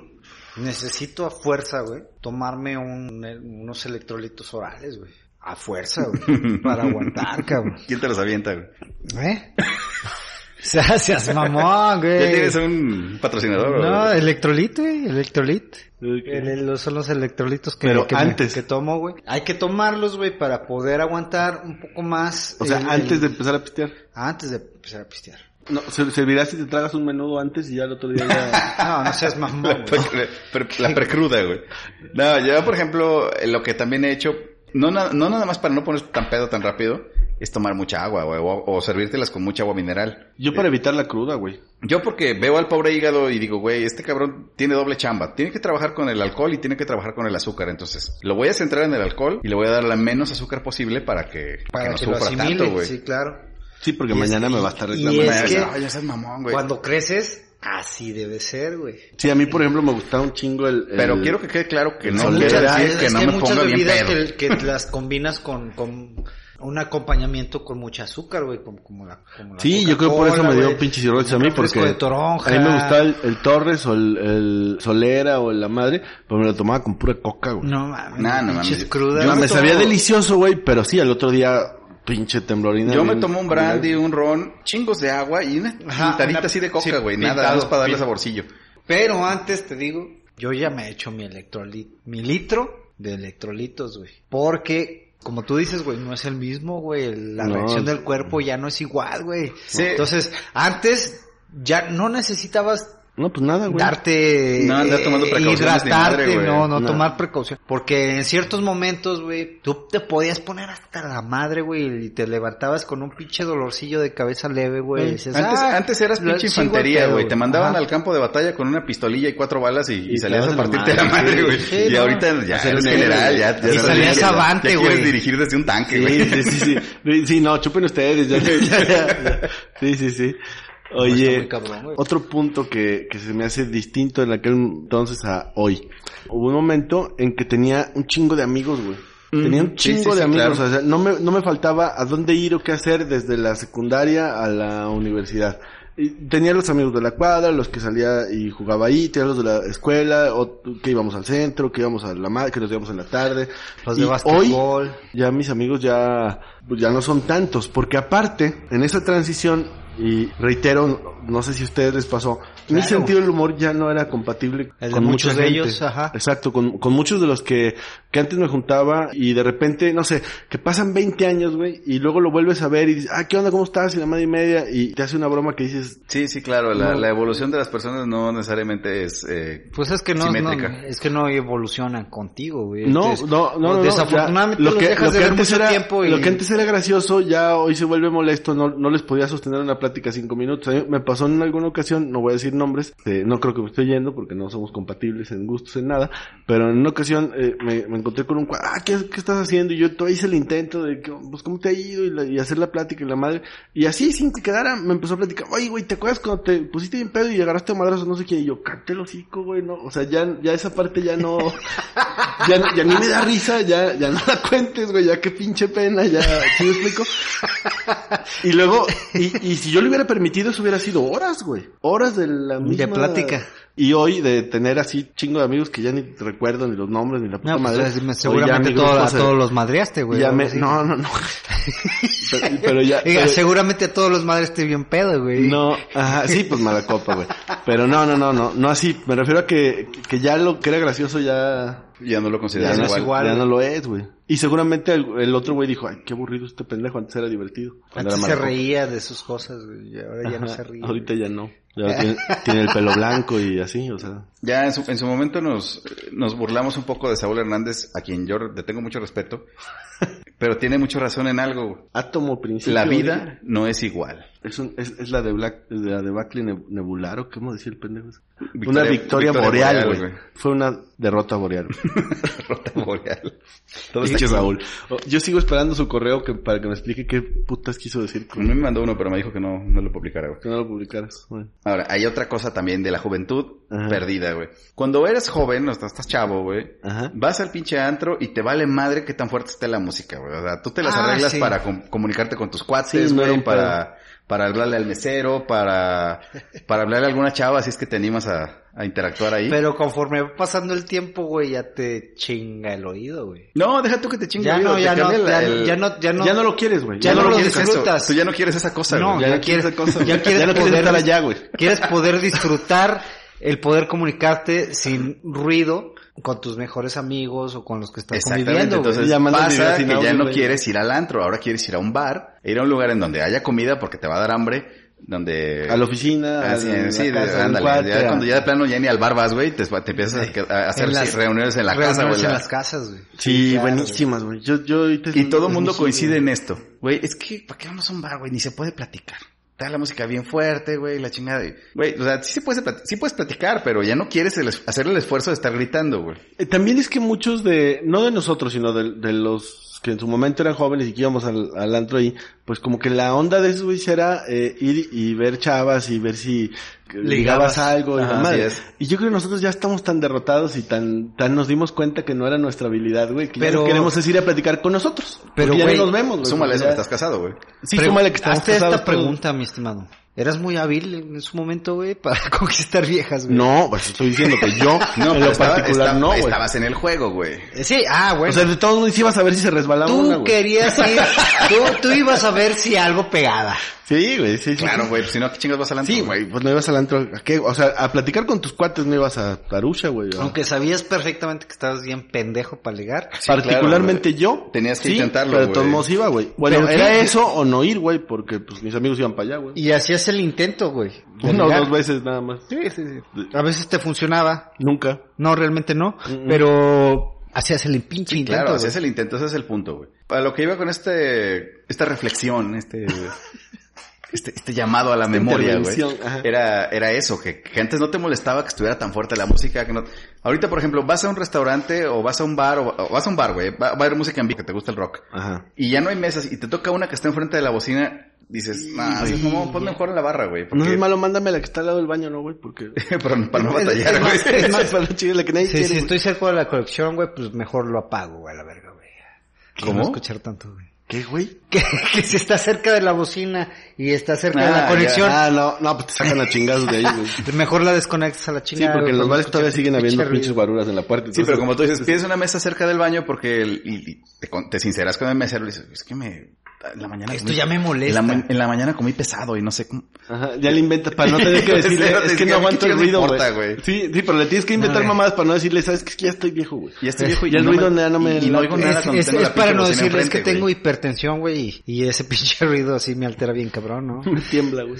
Speaker 3: necesito a fuerza, güey, tomarme un- unos electrolitos orales, güey. A fuerza, güey. Para aguantar, cabrón.
Speaker 1: ¿Quién te los avienta, güey?
Speaker 3: ¿Eh? Gracias, mamón, güey.
Speaker 1: ¿Ya tienes un patrocinador?
Speaker 3: Eh, No,
Speaker 1: güey?
Speaker 3: electrolit, güey, electrolit.
Speaker 2: Ok.
Speaker 3: El- el- los- son los electrolitos que,
Speaker 2: Pero
Speaker 3: que me-
Speaker 2: antes.
Speaker 3: que tomo, güey. Hay que tomarlos, güey, para poder aguantar un poco más.
Speaker 2: o sea,
Speaker 3: el-
Speaker 1: eh,
Speaker 2: antes
Speaker 3: el-
Speaker 2: de empezar a pistear.
Speaker 3: antes de empezar a pistear.
Speaker 2: No, se- servirá si te tragas un menudo antes y ya el otro día ya...
Speaker 3: No, no seas mamón.
Speaker 1: La,
Speaker 3: güey.
Speaker 1: pre- pre- la precruda, güey. No, yo, por ejemplo, lo que también he hecho, no, na- no nada más para no poner tan pedo tan rápido, es tomar mucha agua, güey, o, o servírtelas con mucha agua mineral.
Speaker 2: Yo para evitar la cruda, güey.
Speaker 1: Yo porque veo al pobre hígado y digo, güey, este cabrón tiene doble chamba. Tiene que trabajar con el alcohol y tiene que trabajar con el azúcar. Entonces, lo voy a centrar en el alcohol y le voy a dar la menos azúcar posible para que,
Speaker 3: Para
Speaker 1: no
Speaker 3: que lo
Speaker 1: sufra
Speaker 3: asimile,
Speaker 1: tanto, güey.
Speaker 3: sí, claro.
Speaker 2: Sí, porque
Speaker 3: Y es-
Speaker 2: mañana me
Speaker 3: y-
Speaker 2: va a estar
Speaker 3: y
Speaker 2: reclamando.
Speaker 3: es que-
Speaker 1: Ay, ya seas mamón, güey.
Speaker 3: Cuando creces, así debe ser, güey.
Speaker 2: Sí, a mí, por ejemplo, me gustaba un chingo el... el-
Speaker 1: Pero quiero que quede claro que no
Speaker 2: Son
Speaker 1: quiere
Speaker 2: muchas-
Speaker 1: decir que
Speaker 3: es
Speaker 1: no
Speaker 3: hay
Speaker 1: me ponga bien
Speaker 3: bebidas
Speaker 1: pedo.
Speaker 3: Que, que las combinas con, con un acompañamiento con mucha azúcar, güey, como, como la, como la
Speaker 2: Sí, yo creo que por eso me
Speaker 3: Coca-Cola,
Speaker 2: dio
Speaker 3: güey.
Speaker 2: pinches cirrosis a mí,
Speaker 3: Un refresco
Speaker 2: porque
Speaker 3: de toronja.
Speaker 2: a mí me gustaba el, el Torres o el, el Solera o la madre, pero me lo tomaba con pura coca, güey.
Speaker 3: No mames,
Speaker 1: Nah, no
Speaker 3: pinches
Speaker 1: mames.
Speaker 3: crudas.
Speaker 1: Yo
Speaker 2: me
Speaker 1: me tomo-
Speaker 2: sabía delicioso, güey, pero sí, al otro día, pinche temblorina.
Speaker 1: Yo me
Speaker 2: bien-
Speaker 1: tomo un brandy, un ron, chingos de agua y una
Speaker 3: Ajá,
Speaker 1: pintadita
Speaker 3: una-
Speaker 1: así de
Speaker 3: sí,
Speaker 1: coca, güey. nada,
Speaker 3: pintado,
Speaker 1: nada más para darle
Speaker 3: pin-
Speaker 1: saborcillo.
Speaker 3: Pero antes te digo, yo ya me he hecho mi electrolit, mi litro de electrolitos, güey. Porque, como tú dices, güey, no es el mismo, güey. el- La
Speaker 2: No.
Speaker 3: reacción del cuerpo ya no es igual, güey.
Speaker 1: Sí.
Speaker 3: Entonces, antes ya no necesitabas
Speaker 2: No, pues nada, güey.
Speaker 3: darte
Speaker 1: No, andar
Speaker 3: eh,
Speaker 1: tomando precauciones ni
Speaker 3: hidratarte,
Speaker 1: madre, güey.
Speaker 3: no, no
Speaker 2: No.
Speaker 3: tomar precaución, porque en ciertos momentos, güey, tú te podías poner hasta la madre, güey, y te levantabas con un pinche dolorcillo de cabeza leve, güey. y decías,
Speaker 1: Antes,
Speaker 3: "Ah,
Speaker 1: antes eras
Speaker 3: lo
Speaker 1: pinche
Speaker 3: sigo al
Speaker 1: infantería,
Speaker 3: pedo,
Speaker 1: güey. Te mandaban
Speaker 3: Ajá.
Speaker 1: al campo de batalla con una pistolilla y cuatro balas y, y
Speaker 2: Y
Speaker 1: salías a
Speaker 2: te daban la
Speaker 1: partirte la
Speaker 2: madre,
Speaker 1: madre, güey.
Speaker 3: sí,
Speaker 1: y
Speaker 3: sí, no. Pues
Speaker 1: ahorita ya
Speaker 2: Hacer
Speaker 1: eres
Speaker 2: un
Speaker 1: general,
Speaker 2: héroe.
Speaker 1: ya, ya
Speaker 3: Y
Speaker 1: eres-
Speaker 3: salías
Speaker 1: ya-
Speaker 3: avante,
Speaker 1: ya quieres
Speaker 3: güey.
Speaker 1: dirigir desde un tanque,
Speaker 2: Sí,
Speaker 1: güey.
Speaker 2: sí, sí, sí. Sí, no, chupen ustedes. ya- ya- ya. Sí, sí, sí.
Speaker 1: Pues
Speaker 3: pues Está
Speaker 2: Oye,
Speaker 3: muy cabrón, güey.
Speaker 2: otro punto que, que se me hace distinto en aquel entonces a hoy. Hubo un momento en que tenía un chingo de amigos, güey. Tenía un
Speaker 1: Mm. Sí, sí,
Speaker 2: chingo
Speaker 1: sí,
Speaker 2: de amigos,
Speaker 1: claro.
Speaker 2: o sea, no me, no me faltaba a dónde ir o qué hacer desde la secundaria a la universidad. Y tenía los amigos de la cuadra, los que salía y jugaba ahí, tenía los de la escuela, o que íbamos al centro, que íbamos a la ma- que nos íbamos en la tarde.
Speaker 3: los de
Speaker 2: Y hoy-
Speaker 3: básquetbol.
Speaker 2: ya mis amigos ya, pues, ya no son tantos, porque aparte, en esa transición, y reitero, no- no sé si a ustedes les pasó, mi
Speaker 3: Claro.
Speaker 2: sentido del humor ya no era compatible
Speaker 3: El de
Speaker 2: con
Speaker 3: muchos
Speaker 2: mucha
Speaker 3: de
Speaker 2: gente.
Speaker 3: ellos, ajá.
Speaker 2: Exacto, con, con muchos de los que, que antes me juntaba y de repente, no sé, que pasan 20 años, güey, y luego lo vuelves a ver y dices, ah, ¿qué onda? ¿Cómo estás? Y la madre y media, y te hace una broma que dices,
Speaker 1: Sí, sí, claro. La,
Speaker 2: No.
Speaker 1: la evolución de las personas no necesariamente es... Eh,
Speaker 3: Pues es que no, no,
Speaker 1: Simétrica.
Speaker 3: es que no evolucionan contigo, güey.
Speaker 2: No,
Speaker 3: Entonces,
Speaker 2: no, no, no, no,
Speaker 3: Desafortunadamente
Speaker 2: ya,
Speaker 3: los dejas de ver mucho
Speaker 2: era,
Speaker 3: tiempo y-
Speaker 2: lo que antes era gracioso, ya hoy se vuelve molesto, no, no les podía sostener una plática cinco minutos. A mí me pasó en alguna ocasión, no voy a decir nombres, eh, no creo que me estoy yendo porque no somos compatibles en gustos, en nada, pero en una ocasión eh, me, me encontré con un cua- ah, ¿qué, qué estás haciendo? Y yo to- hice el intento de, que, pues, ¿cómo te ha ido? Y, la- y hacer la plática y la madre. Y así, sin que quedara, me empezó a platicar, oye, güey, ¿te acuerdas cuando te pusiste bien pedo y agarraste a madrazos? No sé qué, y yo, cante el hocico, güey, no, o sea, ya, ya esa parte ya no... Ya, no- ya ni me da risa, ya, ya no la cuentes, güey, ya qué pinche pena, ya, ¿sí me explico? Y luego, y, y si yo le hubiera permitido, eso hubiera sido horas, güey, horas de la misma...
Speaker 3: plática.
Speaker 2: Y hoy de tener así chingo de amigos que ya ni recuerdo ni los nombres ni la puta
Speaker 3: No, pues,
Speaker 2: madre.
Speaker 3: es-
Speaker 2: Hoy ya
Speaker 3: seguramente
Speaker 2: mi
Speaker 3: todo-
Speaker 2: grupo
Speaker 3: a
Speaker 2: se-
Speaker 3: todos los madreaste, güey.
Speaker 2: ya
Speaker 3: algo
Speaker 2: me-
Speaker 3: así.
Speaker 2: no, no, no. pero, pero ya...
Speaker 3: Diga,
Speaker 2: pero-
Speaker 3: seguramente a todos los madreaste bien pedo, güey.
Speaker 2: no, ajá, sí, pues mala copa, güey. Pero no, no, no, no, no así. Me refiero a que, que ya lo que era gracioso ya...
Speaker 1: ya no lo consideras
Speaker 2: Ya no, es
Speaker 1: igual.
Speaker 2: igual, ya no lo es, güey. Y seguramente el, el otro güey dijo, ay, qué aburrido este pendejo, antes era divertido. Cuando
Speaker 3: Antes
Speaker 2: era
Speaker 3: se
Speaker 2: maraco.
Speaker 3: reía de sus cosas, güey, y ahora ya no
Speaker 2: Ajá,
Speaker 3: se ríe.
Speaker 2: Ahorita ya no. Ya tiene, tiene el pelo blanco y así, o sea.
Speaker 1: Ya en su, en su momento nos, nos burlamos un poco de Saúl Hernández, a quien yo le tengo mucho respeto, pero tiene mucha razón en algo. güey.
Speaker 2: Átomo principio.
Speaker 1: La
Speaker 2: origen.
Speaker 1: vida no es igual.
Speaker 2: Es, un- es, es la de Black, de la de Buckley neb- nebular, o cómo decía el pendejo. ese? una victoria, boreal, güey. Fue una derrota boreal.
Speaker 1: Derrota boreal. Todo está
Speaker 2: Pinche
Speaker 1: aquí.
Speaker 2: Raúl. Oh, Yo sigo esperando su correo que, para que me explique qué putas quiso decir
Speaker 1: A
Speaker 2: con
Speaker 1: mí me mandó uno, pero me dijo que no, no lo publicara, güey.
Speaker 2: que no lo publicaras. Bueno.
Speaker 1: Ahora, hay otra cosa también de la juventud
Speaker 2: Ajá.
Speaker 1: perdida, güey. Cuando eres joven, o estás estás chavo, güey,
Speaker 2: Ajá.
Speaker 1: vas al pinche antro y te vale madre que tan fuerte esté la música, güey. O sea, tú te las
Speaker 3: Ah,
Speaker 1: arreglas
Speaker 3: sí.
Speaker 1: para com- comunicarte con tus
Speaker 2: Sí,
Speaker 1: cuates,
Speaker 2: no
Speaker 1: güey,
Speaker 2: era un
Speaker 1: para, para hablarle al mesero, para, para hablarle a alguna chava, si es que te animas a, a interactuar ahí.
Speaker 3: Pero conforme va pasando el tiempo, güey, ya te chinga el oído, güey.
Speaker 1: no, deja tú que te chingue
Speaker 3: Ya
Speaker 1: el oído,
Speaker 3: no,
Speaker 1: te
Speaker 3: ya no,
Speaker 1: cambia la-
Speaker 3: ya,
Speaker 1: el-
Speaker 3: ya no, ya no.
Speaker 2: Ya no lo quieres, güey.
Speaker 3: Ya
Speaker 1: ya
Speaker 3: no
Speaker 1: no,
Speaker 3: lo
Speaker 1: quieres eso.
Speaker 3: disfrutas.
Speaker 1: Tú ya no quieres esa cosa,
Speaker 3: No,
Speaker 1: güey.
Speaker 3: ya,
Speaker 2: Ya no
Speaker 3: quieres,
Speaker 2: quieres esa cosa,
Speaker 3: ya
Speaker 2: güey.
Speaker 3: quieres
Speaker 2: Ya no quieres
Speaker 3: poder,
Speaker 2: estar allá, güey.
Speaker 3: Quieres poder disfrutar el poder comunicarte sin ruido con tus mejores amigos o con los que estás
Speaker 1: Exactamente,
Speaker 3: conviviendo,
Speaker 1: entonces
Speaker 2: güey. Ya mandas
Speaker 1: pasa
Speaker 2: videos sin
Speaker 1: que ya
Speaker 2: audio,
Speaker 1: no
Speaker 2: güey.
Speaker 1: quieres ir al antro, ahora quieres ir a un bar, ir a un lugar en donde haya comida porque te va a dar hambre, donde...
Speaker 2: A la oficina,
Speaker 1: Así,
Speaker 2: a la-
Speaker 1: sí,
Speaker 2: la casa,
Speaker 1: de-
Speaker 2: al
Speaker 1: ándale.
Speaker 2: cuate,
Speaker 1: Ya
Speaker 2: a-
Speaker 1: cuando ya de plano ya ni al bar vas, güey, te, te empiezas a que- a, hacer
Speaker 3: En las-
Speaker 1: sí, reuniones en la casa,
Speaker 3: Reuniones
Speaker 1: güey.
Speaker 3: en
Speaker 1: la-
Speaker 3: las casas, güey.
Speaker 2: Sí,
Speaker 3: claro,
Speaker 2: buenísimas, güey. Yo, yo ahorita-
Speaker 1: Y todo el mundo
Speaker 2: sí,
Speaker 1: coincide
Speaker 2: güey.
Speaker 1: en esto. Güey, es que, ¿para qué vamos a un bar, güey? Ni se puede platicar. Está la música bien fuerte, güey, la chingada. y- Güey, o sea, sí, se puede, sí puedes platicar, pero ya no quieres el es- hacer el esfuerzo de estar gritando, güey.
Speaker 2: Eh, También es que muchos de, no de nosotros, sino de, de los que en su momento eran jóvenes y que íbamos al, al antro ahí, pues como que la onda de esos güeyes era eh, ir y ver chavas y ver si ligabas
Speaker 3: Ligabas.
Speaker 2: algo y
Speaker 1: Ajá,
Speaker 2: la madre.
Speaker 1: así es.
Speaker 2: Y yo creo que nosotros ya estamos tan derrotados y tan, tan nos dimos cuenta que no era nuestra habilidad, güey, que ya
Speaker 3: Pero-
Speaker 2: lo que queremos es ir a platicar con nosotros.
Speaker 3: Pero,
Speaker 2: Porque ya
Speaker 3: güey,
Speaker 2: no nos vemos, güey.
Speaker 1: Súmale eso que
Speaker 2: porque Pues ya-
Speaker 1: estás casado, güey.
Speaker 2: Sí,
Speaker 3: Pre-
Speaker 2: súmale que estamos
Speaker 3: hazte
Speaker 2: casados
Speaker 3: esta
Speaker 2: todos.
Speaker 3: pregunta, mi estimado. Eras muy hábil en su momento, güey, para conquistar viejas, güey.
Speaker 2: No, pues estoy diciendo que yo,
Speaker 1: No,
Speaker 2: en
Speaker 1: pero
Speaker 2: lo
Speaker 1: estaba-
Speaker 2: particular,
Speaker 1: estaba-
Speaker 2: no, güey.
Speaker 1: Estabas en el juego, güey.
Speaker 3: Eh, Sí, ah,
Speaker 2: O
Speaker 3: bueno.
Speaker 2: sea, de todos modos ibas a ver si se resbalaba
Speaker 3: tú
Speaker 2: una, güey.
Speaker 3: querías ir, tú, tú ibas a ver si algo pegaba.
Speaker 2: Sí, güey, sí, sí.
Speaker 1: Claro, güey, pues si no, ¿qué chingas vas al antro,
Speaker 2: Sí, güey, pues no ibas al antro, ¿a qué? O sea, a platicar con tus cuates no ibas a Tarusha, güey. ¿o?
Speaker 3: Aunque sabías perfectamente que estabas bien pendejo para ligar.
Speaker 1: Sí,
Speaker 2: Particularmente yo.
Speaker 1: Tenías que
Speaker 2: sí,
Speaker 1: intentarlo,
Speaker 2: Pero de
Speaker 1: güey.
Speaker 2: todos modos iba, güey. Bueno,
Speaker 3: Pero
Speaker 2: era
Speaker 3: qué-
Speaker 2: eso o no ir, güey, porque pues mis amigos iban para allá, güey.
Speaker 3: Y hacías el intento, güey. de
Speaker 2: Una o
Speaker 3: ligar.
Speaker 2: dos veces nada más.
Speaker 3: Sí, sí, sí. A veces te funcionaba.
Speaker 2: Nunca.
Speaker 3: No, realmente no.
Speaker 2: Mm-mm.
Speaker 3: Pero hacías el pinche intento.
Speaker 1: Claro,
Speaker 3: güey.
Speaker 1: ese es el intento, ese es el punto, güey. A lo que iba con este, esta reflexión, este, este, este llamado a la memoria, güey,
Speaker 2: intervención, ajá.
Speaker 1: era, era eso, que, que antes no te molestaba que estuviera tan fuerte la música, que no. Ahorita, por ejemplo, vas a un restaurante o vas a un bar o, o vas a un bar, güey, va, va a haber música en vivo que te gusta el rock
Speaker 2: Ajá.
Speaker 1: y ya no hay mesas y te toca una que está enfrente de la bocina, dices, nah, así como pon mejor en la barra, güey,
Speaker 2: No
Speaker 1: porque
Speaker 2: es malo, mándame la que está al lado del baño, ¿no, güey? Porque...
Speaker 1: para, no- para no batallar, güey.
Speaker 2: Es más para la chida, la que nadie
Speaker 3: Sí,
Speaker 2: quiere,
Speaker 3: si
Speaker 2: güey.
Speaker 3: estoy cerca de la colección, güey, pues mejor lo apago, güey, a la verga, güey. Para
Speaker 1: ¿Cómo?
Speaker 3: No escuchar tanto, güey.
Speaker 2: ¿Qué, güey?
Speaker 3: Que, que si está cerca de la bocina y está cerca de
Speaker 1: Ah, ya.
Speaker 3: la conexión,
Speaker 2: Ah, no, no, pues te sacan a chingazos de ahí, güey.
Speaker 3: mejor la desconectas a la
Speaker 2: Sí,
Speaker 3: chingada.
Speaker 2: porque en
Speaker 3: güey, para
Speaker 2: los
Speaker 3: no
Speaker 2: bares todavía
Speaker 3: escuchar
Speaker 2: siguen
Speaker 3: pinche
Speaker 2: habiendo
Speaker 3: ruido.
Speaker 2: pinches guaruras en la puerta.
Speaker 1: Sí, pero
Speaker 2: entonces- pues,
Speaker 1: como tú dices, pides una mesa cerca del baño porque el- y- y te, con- te sinceras con el mesero y dices, es que me... En la mañana
Speaker 3: Esto
Speaker 1: comí-
Speaker 3: ya me molesta.
Speaker 1: En la, ma- en la mañana comí pesado y no sé cómo...
Speaker 2: Ajá, ya le inventas para no tener que
Speaker 1: Sí,
Speaker 2: decirle,
Speaker 1: no,
Speaker 2: es
Speaker 1: te
Speaker 2: que
Speaker 1: digo,
Speaker 2: no aguanto
Speaker 1: ¿qué
Speaker 2: el ruido,
Speaker 1: importa,
Speaker 2: güey.
Speaker 1: güey?
Speaker 2: Sí, sí, pero le tienes que inventar
Speaker 3: güey.
Speaker 2: mamadas para no decirle, sabes que es que ya estoy viejo, güey.
Speaker 1: Y este viejo...
Speaker 2: ya el
Speaker 1: no
Speaker 2: ruido ya no me-
Speaker 1: Y, y no oigo nada
Speaker 3: Es,
Speaker 1: cuando
Speaker 3: es-
Speaker 1: tengo
Speaker 3: es
Speaker 1: la
Speaker 3: para
Speaker 1: pinche
Speaker 3: no
Speaker 1: bocina
Speaker 3: decirle, es que
Speaker 1: enfrente,
Speaker 3: tengo
Speaker 1: güey.
Speaker 3: hipertensión, güey, y, y ese pinche ruido así me altera bien cabrón, ¿no?
Speaker 2: Me tiembla, güey.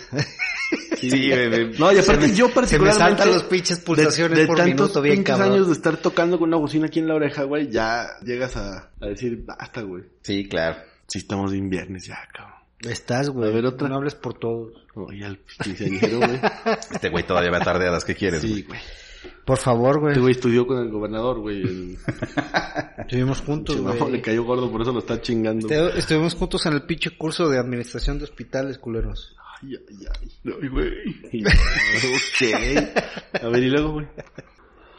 Speaker 1: Sí, güey, güey.
Speaker 2: No, y aparte yo
Speaker 3: Se me
Speaker 2: particularmente...
Speaker 3: saltan los pinches pulsaciones
Speaker 2: de, de
Speaker 3: por
Speaker 2: tantos
Speaker 3: minuto bien
Speaker 2: pinches
Speaker 3: cabrón.
Speaker 2: años de estar tocando con una bocina aquí en la oreja, güey, ya llegas a, a decir, basta, güey.
Speaker 1: Sí, claro.
Speaker 2: Sí, estamos en viernes ya, cabrón.
Speaker 3: Estás, güey.
Speaker 2: A ver, otra.
Speaker 3: No hables por todos.
Speaker 2: Oye, al quinceañero, güey.
Speaker 1: Este güey todavía va tarde a las que quieres, güey.
Speaker 2: Sí, güey.
Speaker 3: Por favor, güey.
Speaker 2: Este güey estudió con el gobernador, güey. El
Speaker 3: Estuvimos juntos,
Speaker 2: pinche mamón le
Speaker 3: güey.
Speaker 2: cayó gordo, por eso lo está chingando.
Speaker 3: Estu- Estuvimos juntos en el pinche curso de administración de hospitales, culeros.
Speaker 2: Ay, ay, ay. Ay, güey. ok. A ver, y luego, güey.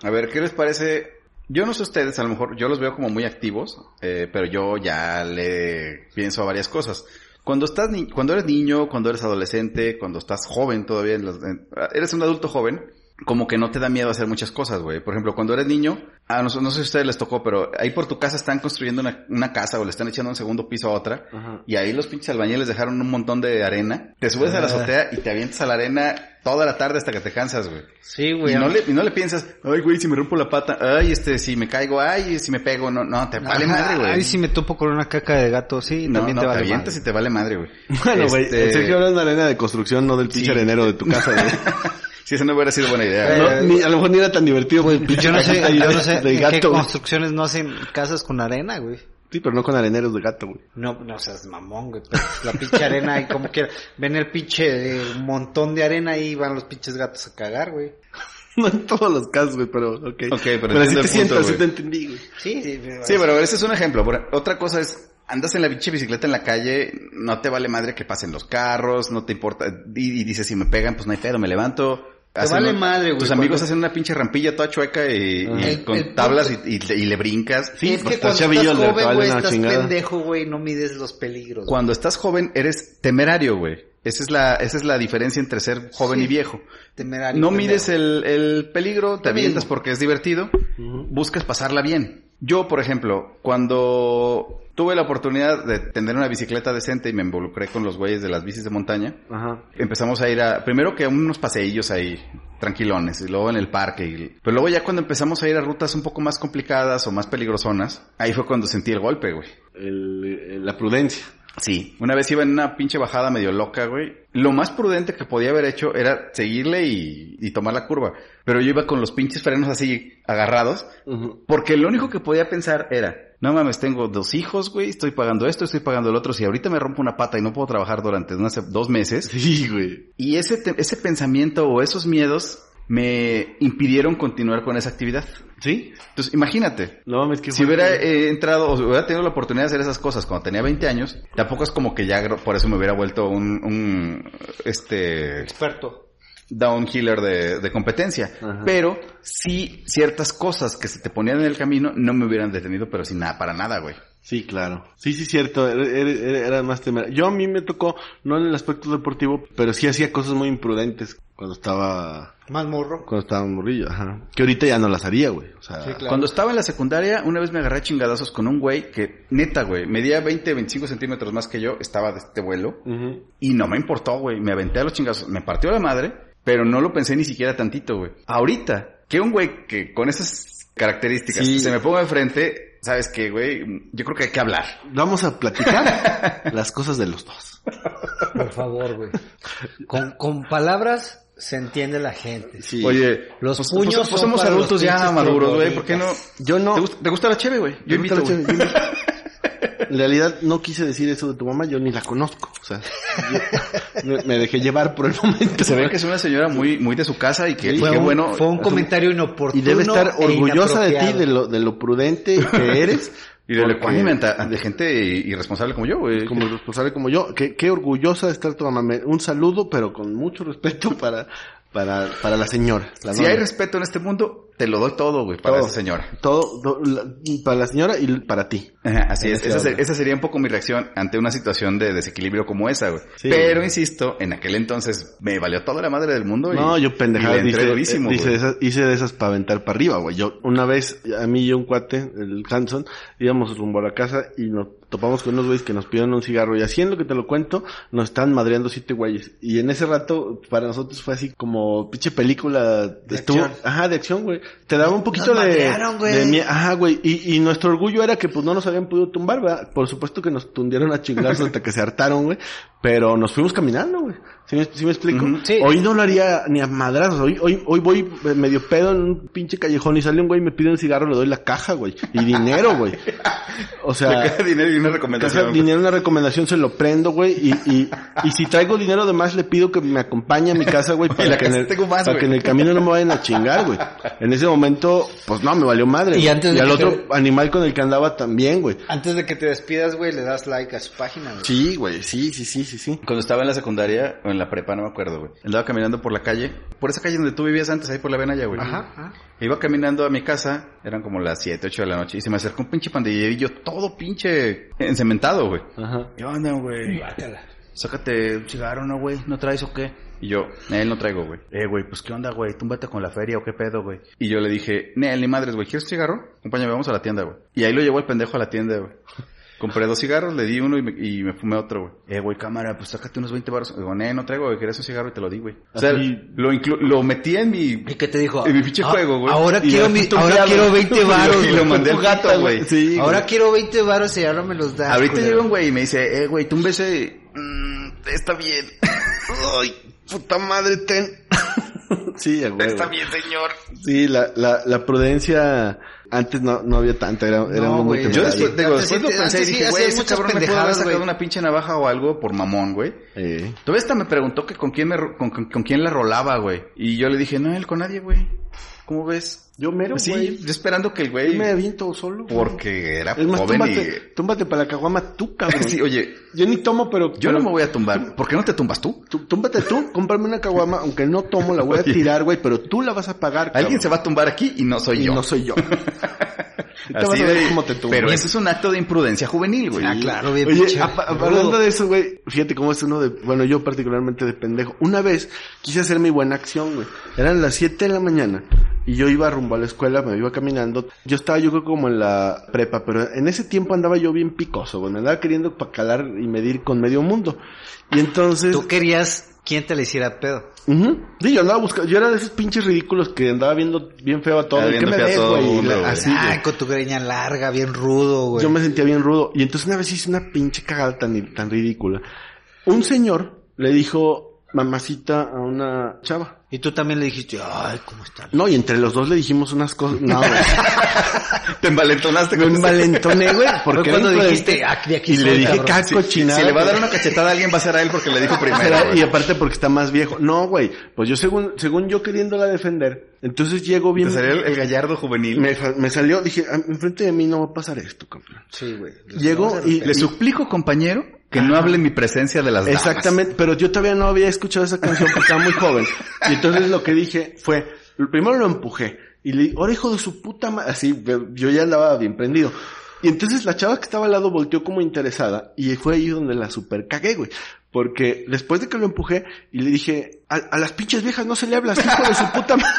Speaker 1: A ver, ¿qué les parece? Yo no sé ustedes, a lo mejor yo los veo como muy activos, eh, pero yo ya le pienso a varias cosas. Cuando estás ni- cuando eres niño, cuando eres adolescente, cuando estás joven todavía, en los- en- eres un adulto joven, como que no te da miedo hacer muchas cosas, güey. Por ejemplo, cuando eres niño, a nos- no, sé si a ustedes les tocó, pero ahí por tu casa están construyendo una, una casa o le están echando un segundo piso a otra.
Speaker 2: Ajá.
Speaker 1: Y ahí los pinches albañiles dejaron un montón de arena. Te subes a la
Speaker 3: Ah.
Speaker 1: azotea y te avientas a la arena toda la tarde hasta que te cansas, güey.
Speaker 3: Sí,
Speaker 1: Y no, le, y no le piensas, ay, güey, si me rompo la pata, ay, este, si me caigo, ay, si me pego, no, no, te vale madre, güey.
Speaker 3: Ahí si me topo con una caca de gato, sí,
Speaker 1: no,
Speaker 3: también
Speaker 1: no,
Speaker 3: te
Speaker 1: te,
Speaker 3: vale
Speaker 1: avientas
Speaker 3: madre.
Speaker 1: y te vale madre, güey.
Speaker 2: Bueno, güey,
Speaker 1: Este,
Speaker 2: en Sergio hablando de arena de construcción, no del pinche
Speaker 1: Sí.
Speaker 2: arenero de tu casa, güey.
Speaker 1: Si eso no hubiera sido buena idea.
Speaker 3: Eh,
Speaker 1: ¿no?
Speaker 2: No, ni- a lo mejor ni era tan divertido, güey. pinche
Speaker 3: Yo no sé,
Speaker 2: cajita de-
Speaker 3: yo no sé
Speaker 2: de
Speaker 3: en qué
Speaker 2: gato, güey.
Speaker 3: construcciones no hacen casas con arena, güey.
Speaker 2: Sí, pero no con areneros de gato, güey.
Speaker 3: No, no seas mamón, güey. pero la pinche arena ahí como quiera. Ven el pinche eh, montón de arena y van los pinches gatos a cagar, güey.
Speaker 2: No en todos los casos, güey, pero ok.
Speaker 1: pero
Speaker 2: sí
Speaker 1: entiendo
Speaker 2: te
Speaker 1: el punto,
Speaker 2: siento, sí
Speaker 1: güey.
Speaker 2: te entendí, güey.
Speaker 3: Sí, sí.
Speaker 1: Sí, pero ese es un ejemplo. Por- Otra cosa es, andas en la pinche bicicleta en la calle, no te vale madre que pasen los carros, no te importa, y, y dices, si me pegan, pues no hay pedo, me levanto.
Speaker 3: Te
Speaker 1: Hacen
Speaker 3: vale
Speaker 1: un-
Speaker 3: madre, güey,
Speaker 1: Tus amigos
Speaker 3: cuando- Ah.
Speaker 1: hacen una pinche rampilla toda chueca y, y
Speaker 3: El-
Speaker 1: con
Speaker 3: el
Speaker 1: tablas y, y le- y le brincas.
Speaker 2: Sí,
Speaker 3: es
Speaker 2: pues,
Speaker 3: que
Speaker 2: estás
Speaker 3: cuando
Speaker 2: chavillo,
Speaker 3: estás
Speaker 2: le
Speaker 3: joven,
Speaker 2: vale
Speaker 3: güey,
Speaker 2: una
Speaker 3: estás
Speaker 2: chingada.
Speaker 3: pendejo, güey, no mides los peligros. güey.
Speaker 1: Pues, Cuando estás joven eres temerario, güey. Esa es la, esa es la diferencia entre ser joven
Speaker 3: Sí.
Speaker 1: y viejo.
Speaker 3: Temerario,
Speaker 1: No
Speaker 3: pendejo.
Speaker 1: mides el, el peligro, te
Speaker 3: Lo
Speaker 1: avientas
Speaker 3: mismo.
Speaker 1: porque es divertido,
Speaker 2: Ujú.
Speaker 1: buscas pasarla bien. Yo, por ejemplo, cuando tuve la oportunidad de tener una bicicleta decente y me involucré con los güeyes de las bicis de montaña,
Speaker 2: Ajá.
Speaker 1: empezamos a ir a, primero que a unos paseillos ahí, tranquilones, y luego en el parque, y- pero luego ya cuando empezamos a ir a rutas un poco más complicadas o más peligrosonas, ahí fue cuando sentí el golpe, güey.
Speaker 2: El- el- la prudencia.
Speaker 1: Sí, una vez iba en una pinche bajada medio loca, güey. Lo más prudente que podía haber hecho era seguirle y, y tomar la curva. Pero yo iba con los pinches frenos así agarrados.
Speaker 2: Ujú.
Speaker 1: Porque lo único que podía pensar era, no mames, tengo dos hijos, güey, estoy pagando esto, estoy pagando el otro. Si ahorita me rompo una pata y no puedo trabajar durante una se- dos meses.
Speaker 2: Sí, güey.
Speaker 1: Y ese, te- ese pensamiento o esos miedos me impidieron continuar con esa actividad.
Speaker 2: ¿Sí?
Speaker 1: Entonces, imagínate,
Speaker 2: No mames, que
Speaker 1: si hubiera eh, entrado o hubiera tenido la oportunidad de hacer esas cosas cuando tenía 20 años, tampoco es como que ya gro- por eso me hubiera vuelto un, un, este
Speaker 3: Experto.
Speaker 1: downhiller de, de competencia.
Speaker 2: Ajá.
Speaker 1: Pero sí ciertas cosas que se te ponían en el camino no me hubieran detenido, pero sin nada, para nada, güey.
Speaker 2: Sí, claro. Sí, sí, cierto. Era, era- era más temerario. Yo a mí me tocó, no en el aspecto deportivo, pero sí hacía cosas muy imprudentes cuando estaba,
Speaker 3: Más morro.
Speaker 2: cuando estaba morrillo. Ajá. Que ahorita ya no las haría, güey. O sea,
Speaker 3: Sí, claro.
Speaker 1: Cuando estaba en la secundaria, una vez me agarré a chingadazos con un güey que, neta, güey, medía 20, 25 centímetros más que yo, estaba de este vuelo.
Speaker 2: Ujú.
Speaker 1: Y no me importó, güey. Me aventé a los chingazos. Me partió la madre, pero no lo pensé ni siquiera tantito, güey. Ahorita, que un güey que con esas características
Speaker 2: Sí.
Speaker 1: se me ponga enfrente, ¿sabes qué, güey? Yo creo que hay que hablar.
Speaker 2: Vamos a platicar las cosas de los dos.
Speaker 3: Por favor, güey. Con, con palabras se entiende la gente.
Speaker 2: Sí.
Speaker 1: Oye,
Speaker 3: Los
Speaker 1: pues-
Speaker 3: puños
Speaker 1: pues- pues
Speaker 3: son
Speaker 1: somos
Speaker 3: para
Speaker 1: adultos
Speaker 3: los
Speaker 1: ya
Speaker 3: pinches
Speaker 1: maduros, güey. ¿Por qué no?
Speaker 2: yo no.
Speaker 1: ¿Te, gusta, te gusta la cheve, güey? Yo invito,
Speaker 2: Ahorita lo
Speaker 1: güey.
Speaker 2: eché- yo invito. En realidad no quise decir eso de tu mamá, yo ni la conozco. O sea, yo- me, me dejé llevar por el momento.
Speaker 1: Se ve que es una señora muy, muy de su casa y que,
Speaker 2: Sí.
Speaker 1: y
Speaker 3: Fue
Speaker 1: que
Speaker 3: un,
Speaker 1: bueno.
Speaker 3: fue un comentario inoportuno.
Speaker 2: Y debe estar
Speaker 3: e
Speaker 2: orgullosa de ti,
Speaker 3: inapropiado.
Speaker 2: de lo, de lo prudente que eres.
Speaker 1: Y de la
Speaker 2: porque-
Speaker 1: ecuánime ante- ante gente irresponsable como yo, güey.
Speaker 2: Como responsable como yo. Qué, qué orgullosa de estar tu mamá. Me- Un saludo, pero con mucho respeto para, para, para la señora. la
Speaker 1: Si
Speaker 2: doña.
Speaker 1: hay respeto en este mundo, te lo doy todo, güey, para
Speaker 2: Todo.
Speaker 1: esa señora.
Speaker 2: Todo, do- la- para la señora y para ti.
Speaker 1: Ajá, así
Speaker 2: En
Speaker 1: es.
Speaker 2: ese
Speaker 1: Esa,
Speaker 2: orden.
Speaker 1: se- esa sería un poco mi reacción ante una situación de desequilibrio como esa, güey.
Speaker 2: Sí.
Speaker 1: Pero insisto, en aquel entonces me valió toda la madre del mundo. y-
Speaker 2: No, yo pendejada.
Speaker 1: y le entré
Speaker 2: dice,
Speaker 1: durísimo,
Speaker 2: dice
Speaker 1: güey.
Speaker 2: esas- hice de esas para aventar para arriba, güey. Yo, una vez, a mí y un cuate, el Hanson, íbamos rumbo a la casa y nos topamos con unos güeyes que nos pidieron un cigarro. Y así en lo que te lo cuento, nos estaban madreando siete güeyes. Y en ese rato, para nosotros fue así como pinche película.
Speaker 3: De
Speaker 2: estuvo-
Speaker 3: acción.
Speaker 2: Ajá, de acción, güey. Te daba un poquito
Speaker 3: Nos
Speaker 2: de,
Speaker 3: madrearon, güey.
Speaker 2: de mie- Ajá, güey. Y, y nuestro orgullo era que pues no nos habían podido tumbar, ¿verdad? Por supuesto que nos tundieron a chingazos hasta que se hartaron, güey. Pero nos fuimos caminando, güey. ¿Sí me, sí me explico?
Speaker 1: Ujú.
Speaker 3: Sí.
Speaker 2: Hoy no lo haría ni a madrazos. Hoy, hoy, hoy voy medio pedo en un pinche callejón y sale un güey y me pide un cigarro, le doy la caja, güey. Y dinero, güey. O
Speaker 1: Le
Speaker 2: sea,
Speaker 1: queda dinero y una
Speaker 2: caja,
Speaker 1: recomendación.
Speaker 2: dinero, una recomendación, se lo prendo, güey. Y, y, y si traigo dinero de más, le pido que me acompañe a mi casa, güey, para,
Speaker 1: la
Speaker 2: que, en
Speaker 1: casa
Speaker 2: el,
Speaker 1: tengo más,
Speaker 2: para que en
Speaker 1: güey.
Speaker 2: el camino no me vayan a chingar, güey. En ese momento, pues no, me valió madre.
Speaker 3: Y
Speaker 2: güey.
Speaker 3: antes de
Speaker 2: al
Speaker 3: que
Speaker 2: otro animal con el que andaba también, güey.
Speaker 3: Antes de que te despidas, güey, le das like a su página, güey.
Speaker 2: Sí, güey, sí, sí, sí, sí, sí.
Speaker 1: Cuando estaba en la secundaria o en la prepa, no me acuerdo, güey. Andaba caminando por la calle, por esa calle donde tú vivías antes, ahí por la Venalla, güey.
Speaker 3: Ajá, ajá.
Speaker 1: Iba caminando a mi casa, eran como las 7, 8 de la noche, y se me acercó un pinche pandillerillo todo pinche encementado, güey.
Speaker 2: Ajá.
Speaker 1: ¿Qué onda, güey? Sácate un cigarro, ¿no, güey? ¿No traes o qué? Y yo, él no traigo, güey. Eh, güey, pues qué onda, güey. Túmbate con la feria o qué pedo, güey. Y yo le dije, Nel, ni madres, güey. ¿Quieres un cigarro? Acompáñame, vamos a la tienda, güey. Y ahí lo llevó el pendejo a la tienda, güey. Compré dos cigarros, le di uno y me, y me fumé otro, güey. Eh, güey, cámara, pues sácate unos 20 barros. Digo, "Nel, no traigo, güey. Querías un cigarro y te lo di, güey. O sea,
Speaker 2: Así-
Speaker 1: lo, inclu- lo metí en mi...
Speaker 3: ¿Y qué te dijo?
Speaker 1: En mi pinche
Speaker 3: Ah,
Speaker 1: juego, güey.
Speaker 3: Ahora,
Speaker 1: Y
Speaker 3: quiero,
Speaker 1: lo-
Speaker 3: mi- ahora quiero 20 varos,
Speaker 1: Y lo
Speaker 3: güey.
Speaker 1: mandé al gato, güey.
Speaker 2: Sí, güey.
Speaker 3: Ahora quiero 20 varos y ahora me los das.
Speaker 1: Ahorita
Speaker 3: culero.
Speaker 1: llega un güey y me dice, eh, güey, tú un beso de... "Mm, está bien. Ay,
Speaker 2: puta madre, ten. sí, güey.
Speaker 1: está bien, señor.
Speaker 2: Sí, la, la, la prudencia antes no, no había tanta, era, era
Speaker 3: No,
Speaker 2: algo muy
Speaker 3: güey.
Speaker 1: Yo
Speaker 2: temerario.
Speaker 1: después, digo, después
Speaker 3: Antes sí te-
Speaker 1: lo pensé y
Speaker 3: antes sí
Speaker 1: dije, güey,
Speaker 3: hacías
Speaker 1: ese
Speaker 3: muchas
Speaker 1: cabrón me pudo haber
Speaker 3: pendejadas,
Speaker 1: sacado
Speaker 3: güey.
Speaker 1: una pinche navaja o algo por mamón, güey.
Speaker 2: Eh,
Speaker 1: Todavía hasta me preguntó que con quién me ro- con, con, con quién la rolaba, güey. Y yo le dije, no, él con nadie, güey. ¿Cómo ves?
Speaker 2: yo mero,
Speaker 1: sí,
Speaker 2: güey.
Speaker 1: yo esperando que el
Speaker 2: Yo
Speaker 1: güey...
Speaker 2: me aviento solo. güey.
Speaker 1: Porque era
Speaker 2: Es más,
Speaker 1: joven
Speaker 2: túmbate, túmbate para la caguama tú,
Speaker 1: y...
Speaker 2: cabrón.
Speaker 1: sí, oye,
Speaker 2: yo ni tomo, pero...
Speaker 1: yo no me voy a tumbar. ¿Por qué no te tumbas tú?
Speaker 2: Túmbate tú, cómprame una caguama, aunque no tomo, la voy a
Speaker 1: Oye.
Speaker 2: tirar, güey, pero tú la vas a pagar,
Speaker 1: Alguien se
Speaker 2: cabrón.
Speaker 1: va a tumbar aquí y no soy
Speaker 2: Y
Speaker 1: yo.
Speaker 2: no soy yo. te vas
Speaker 1: Así
Speaker 2: a ver
Speaker 1: de-
Speaker 2: cómo te tumbas.
Speaker 1: Pero eso es un acto de imprudencia juvenil, güey.
Speaker 3: Ah, claro, bien
Speaker 2: Oye,
Speaker 3: pinche.
Speaker 2: apa- apa- hablando de eso, güey, fíjate cómo es uno de, bueno, yo particularmente de pendejo. Una vez quise hacer mi buena acción, güey. Eran las 7 de la mañana y yo iba rumbo a la escuela, me iba caminando. Yo estaba, yo creo, como en la prepa, pero en ese tiempo andaba yo bien picoso, güey. Me andaba queriendo pa' calar y medir con medio mundo. Y entonces...
Speaker 3: Tú querías ¿Quién te le hiciera pedo?
Speaker 2: Ujú. Sí, yo andaba buscando, yo era de esos pinches ridículos que andaba viendo bien feo a todo.
Speaker 1: Andaba
Speaker 2: ¿Qué
Speaker 1: viendo feo
Speaker 2: me
Speaker 1: a
Speaker 2: ves,
Speaker 1: todo
Speaker 2: güey? Y
Speaker 1: mundo,
Speaker 2: la-
Speaker 1: güey.
Speaker 2: Así, Pues güey.
Speaker 3: Ay, con tu greña larga, bien rudo, güey.
Speaker 2: Yo me sentía bien rudo. Y entonces una vez hice una pinche cagada tan, tan ridícula. Un señor le dijo mamacita a una chava.
Speaker 3: Y tú también le dijiste, ay, ¿cómo está?
Speaker 2: No, y entre los dos le dijimos unas cosas. No, güey.
Speaker 1: Te envalentonaste
Speaker 2: Me
Speaker 1: con ese-
Speaker 2: envalentoné, güey.
Speaker 3: Fue
Speaker 2: Porque
Speaker 3: cuando
Speaker 2: era
Speaker 3: dijiste,
Speaker 2: imprudente.
Speaker 3: "Ah, de aquí
Speaker 2: Y
Speaker 3: soy,
Speaker 2: le dije,
Speaker 3: cabrón".
Speaker 2: "Ca
Speaker 1: Si-
Speaker 2: cochinada,
Speaker 1: Si le va a dar
Speaker 2: güey".
Speaker 1: una cachetada a alguien, va a ser a él porque le dijo primero.
Speaker 2: Pero-
Speaker 1: güey.
Speaker 2: y aparte porque está más viejo. No, güey. Pues yo según, según yo queriéndola defender, entonces llego bien.
Speaker 1: Te salió el, el gallardo juvenil.
Speaker 2: Me, fa- me salió, dije, "Ah, enfrente de mí no va a pasar esto, campeón.
Speaker 3: Sí, güey.
Speaker 2: Llegó y
Speaker 1: Le suplico, compañero, que no hable en mi presencia de las damas.
Speaker 2: Exactamente, pero yo todavía no había escuchado esa canción porque estaba muy joven. Y entonces lo que dije fue, primero lo empujé y le dije, ahora hijo de su puta madre, así, yo ya andaba bien prendido. Y entonces la chava que estaba al lado volteó como interesada y fue ahí donde la super cagué, güey. Porque después de que lo empujé y le dije, a, a las pinches viejas no se le habla, hijo de su puta madre.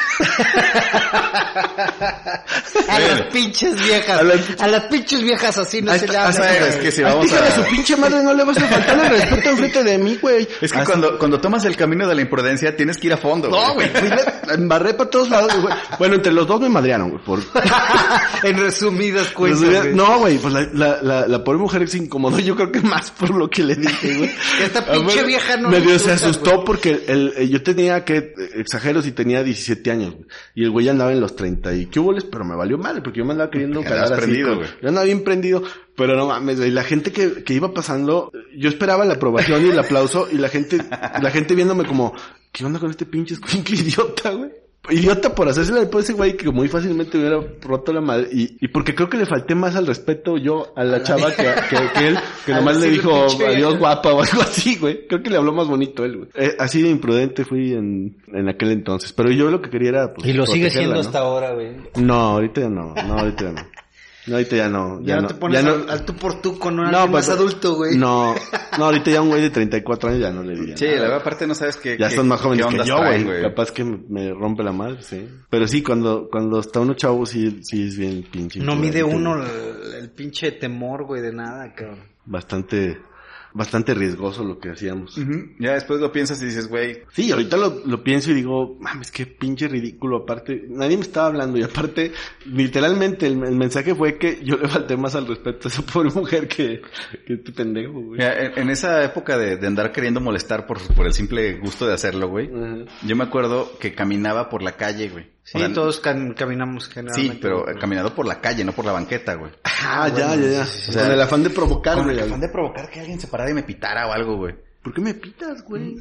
Speaker 3: A las pinches viejas. A
Speaker 2: A
Speaker 3: las,
Speaker 2: las
Speaker 3: pinches viejas así no
Speaker 1: Ah,
Speaker 3: se le
Speaker 1: está- ah,
Speaker 3: habla.
Speaker 1: sabes
Speaker 3: güey.
Speaker 1: que si
Speaker 2: A ti,
Speaker 1: vamos
Speaker 2: hija
Speaker 1: a...
Speaker 2: de su pinche madre no le vas a faltar el respeto enfrente de mí, güey.
Speaker 1: Es que
Speaker 2: Así-
Speaker 1: cuando, cuando tomas el camino de la imprudencia tienes que ir a fondo.
Speaker 2: No, güey, fui la- la embarré para todos lados, güey. Bueno, entre los dos me madrearon, güey, por,
Speaker 3: en resumidas
Speaker 2: Pues,
Speaker 3: cuentas. güey.
Speaker 2: no, güey, pues la, la, la, la pobre mujer se incomodó, yo creo que más por lo que le dije, güey.
Speaker 3: Esta
Speaker 2: Ah,
Speaker 3: pinche
Speaker 2: bueno,
Speaker 3: vieja no
Speaker 2: Medio
Speaker 3: me
Speaker 2: se
Speaker 3: gusta,
Speaker 2: asustó
Speaker 3: güey.
Speaker 2: porque el, eh, yo tenía que, eh, exagero si tenía 17 años, güey. Y el güey andaba en los 30 y qué boles, pero me valió madre porque yo me andaba queriendo
Speaker 1: Porque
Speaker 2: cagar
Speaker 1: andabas
Speaker 2: así.
Speaker 1: prendido,
Speaker 2: con-
Speaker 1: güey.
Speaker 2: yo andaba bien prendido, pero no mames, güey. La gente que, que iba pasando, eh, yo esperaba la aprobación y el aplauso y la gente, la gente viéndome como, ¿qué onda con este pinche escuincle idiota, güey? Idiota por hacerse después ese güey que muy fácilmente hubiera roto la madre. Y, y porque creo que le falté más al respeto yo a la chava que, que, que él, que
Speaker 3: Al
Speaker 2: nomás le
Speaker 3: decirle
Speaker 2: dijo
Speaker 3: pinche
Speaker 2: adiós
Speaker 3: vieja".
Speaker 2: guapa o algo así, güey. Creo que le habló más bonito él, güey. Eh, así de imprudente fui en, en aquel entonces. Pero yo lo que quería era. pues,
Speaker 3: Y lo sigue siendo
Speaker 2: protegerla,
Speaker 3: hasta ahora, güey.
Speaker 2: ¿no? No, ahorita ya no. No, ahorita ya no. No, ahorita ya no.
Speaker 3: Ya, no te pones
Speaker 2: ya no-
Speaker 3: al, al tú por tú con un
Speaker 2: No,
Speaker 3: alguien
Speaker 2: pues,
Speaker 3: más adulto, güey.
Speaker 2: No, no, ahorita ya un güey de 34 años ya no le diría.
Speaker 1: Sí,
Speaker 2: nada.
Speaker 1: la verdad, aparte no sabes qué
Speaker 2: Ya
Speaker 1: qué-
Speaker 2: son más jóvenes
Speaker 1: qué
Speaker 2: que
Speaker 1: ondas
Speaker 2: yo,
Speaker 1: traen,
Speaker 2: güey. Capaz que me rompe la madre, sí. Pero sí, cuando, cuando está uno chavo, sí, sí es bien pinche.
Speaker 3: No mide
Speaker 2: imprudente,
Speaker 3: uno
Speaker 2: güey.
Speaker 3: el, el pinche temor, güey, de nada, cabrón.
Speaker 2: Bastante, bastante riesgoso lo que hacíamos.
Speaker 1: Ujú. Ya después lo piensas y dices, güey,
Speaker 2: Sí, ahorita lo, lo pienso y digo, mames, qué pinche ridículo. Aparte, nadie me estaba hablando y aparte, literalmente, el, el mensaje fue que yo le falté más al respeto a esa pobre mujer que, que este pendejo, güey.
Speaker 1: mira, en, en esa época de, de andar queriendo molestar por, por el simple gusto de hacerlo, güey,
Speaker 2: Ajá.
Speaker 1: yo me acuerdo que caminaba por la calle, güey.
Speaker 3: Sí,
Speaker 1: O sea,
Speaker 3: todos can- caminamos generalmente.
Speaker 1: Sí, pero eh, caminando por la calle, no por la banqueta, güey.
Speaker 2: Ah, ya, ya, ya.
Speaker 1: sí.
Speaker 2: Con el afán de provocar,
Speaker 1: Con
Speaker 2: güey.
Speaker 1: el afán de provocar que alguien se parara y me pitara o algo, güey.
Speaker 2: ¿Por qué me pitas,
Speaker 1: Mm.
Speaker 2: güey?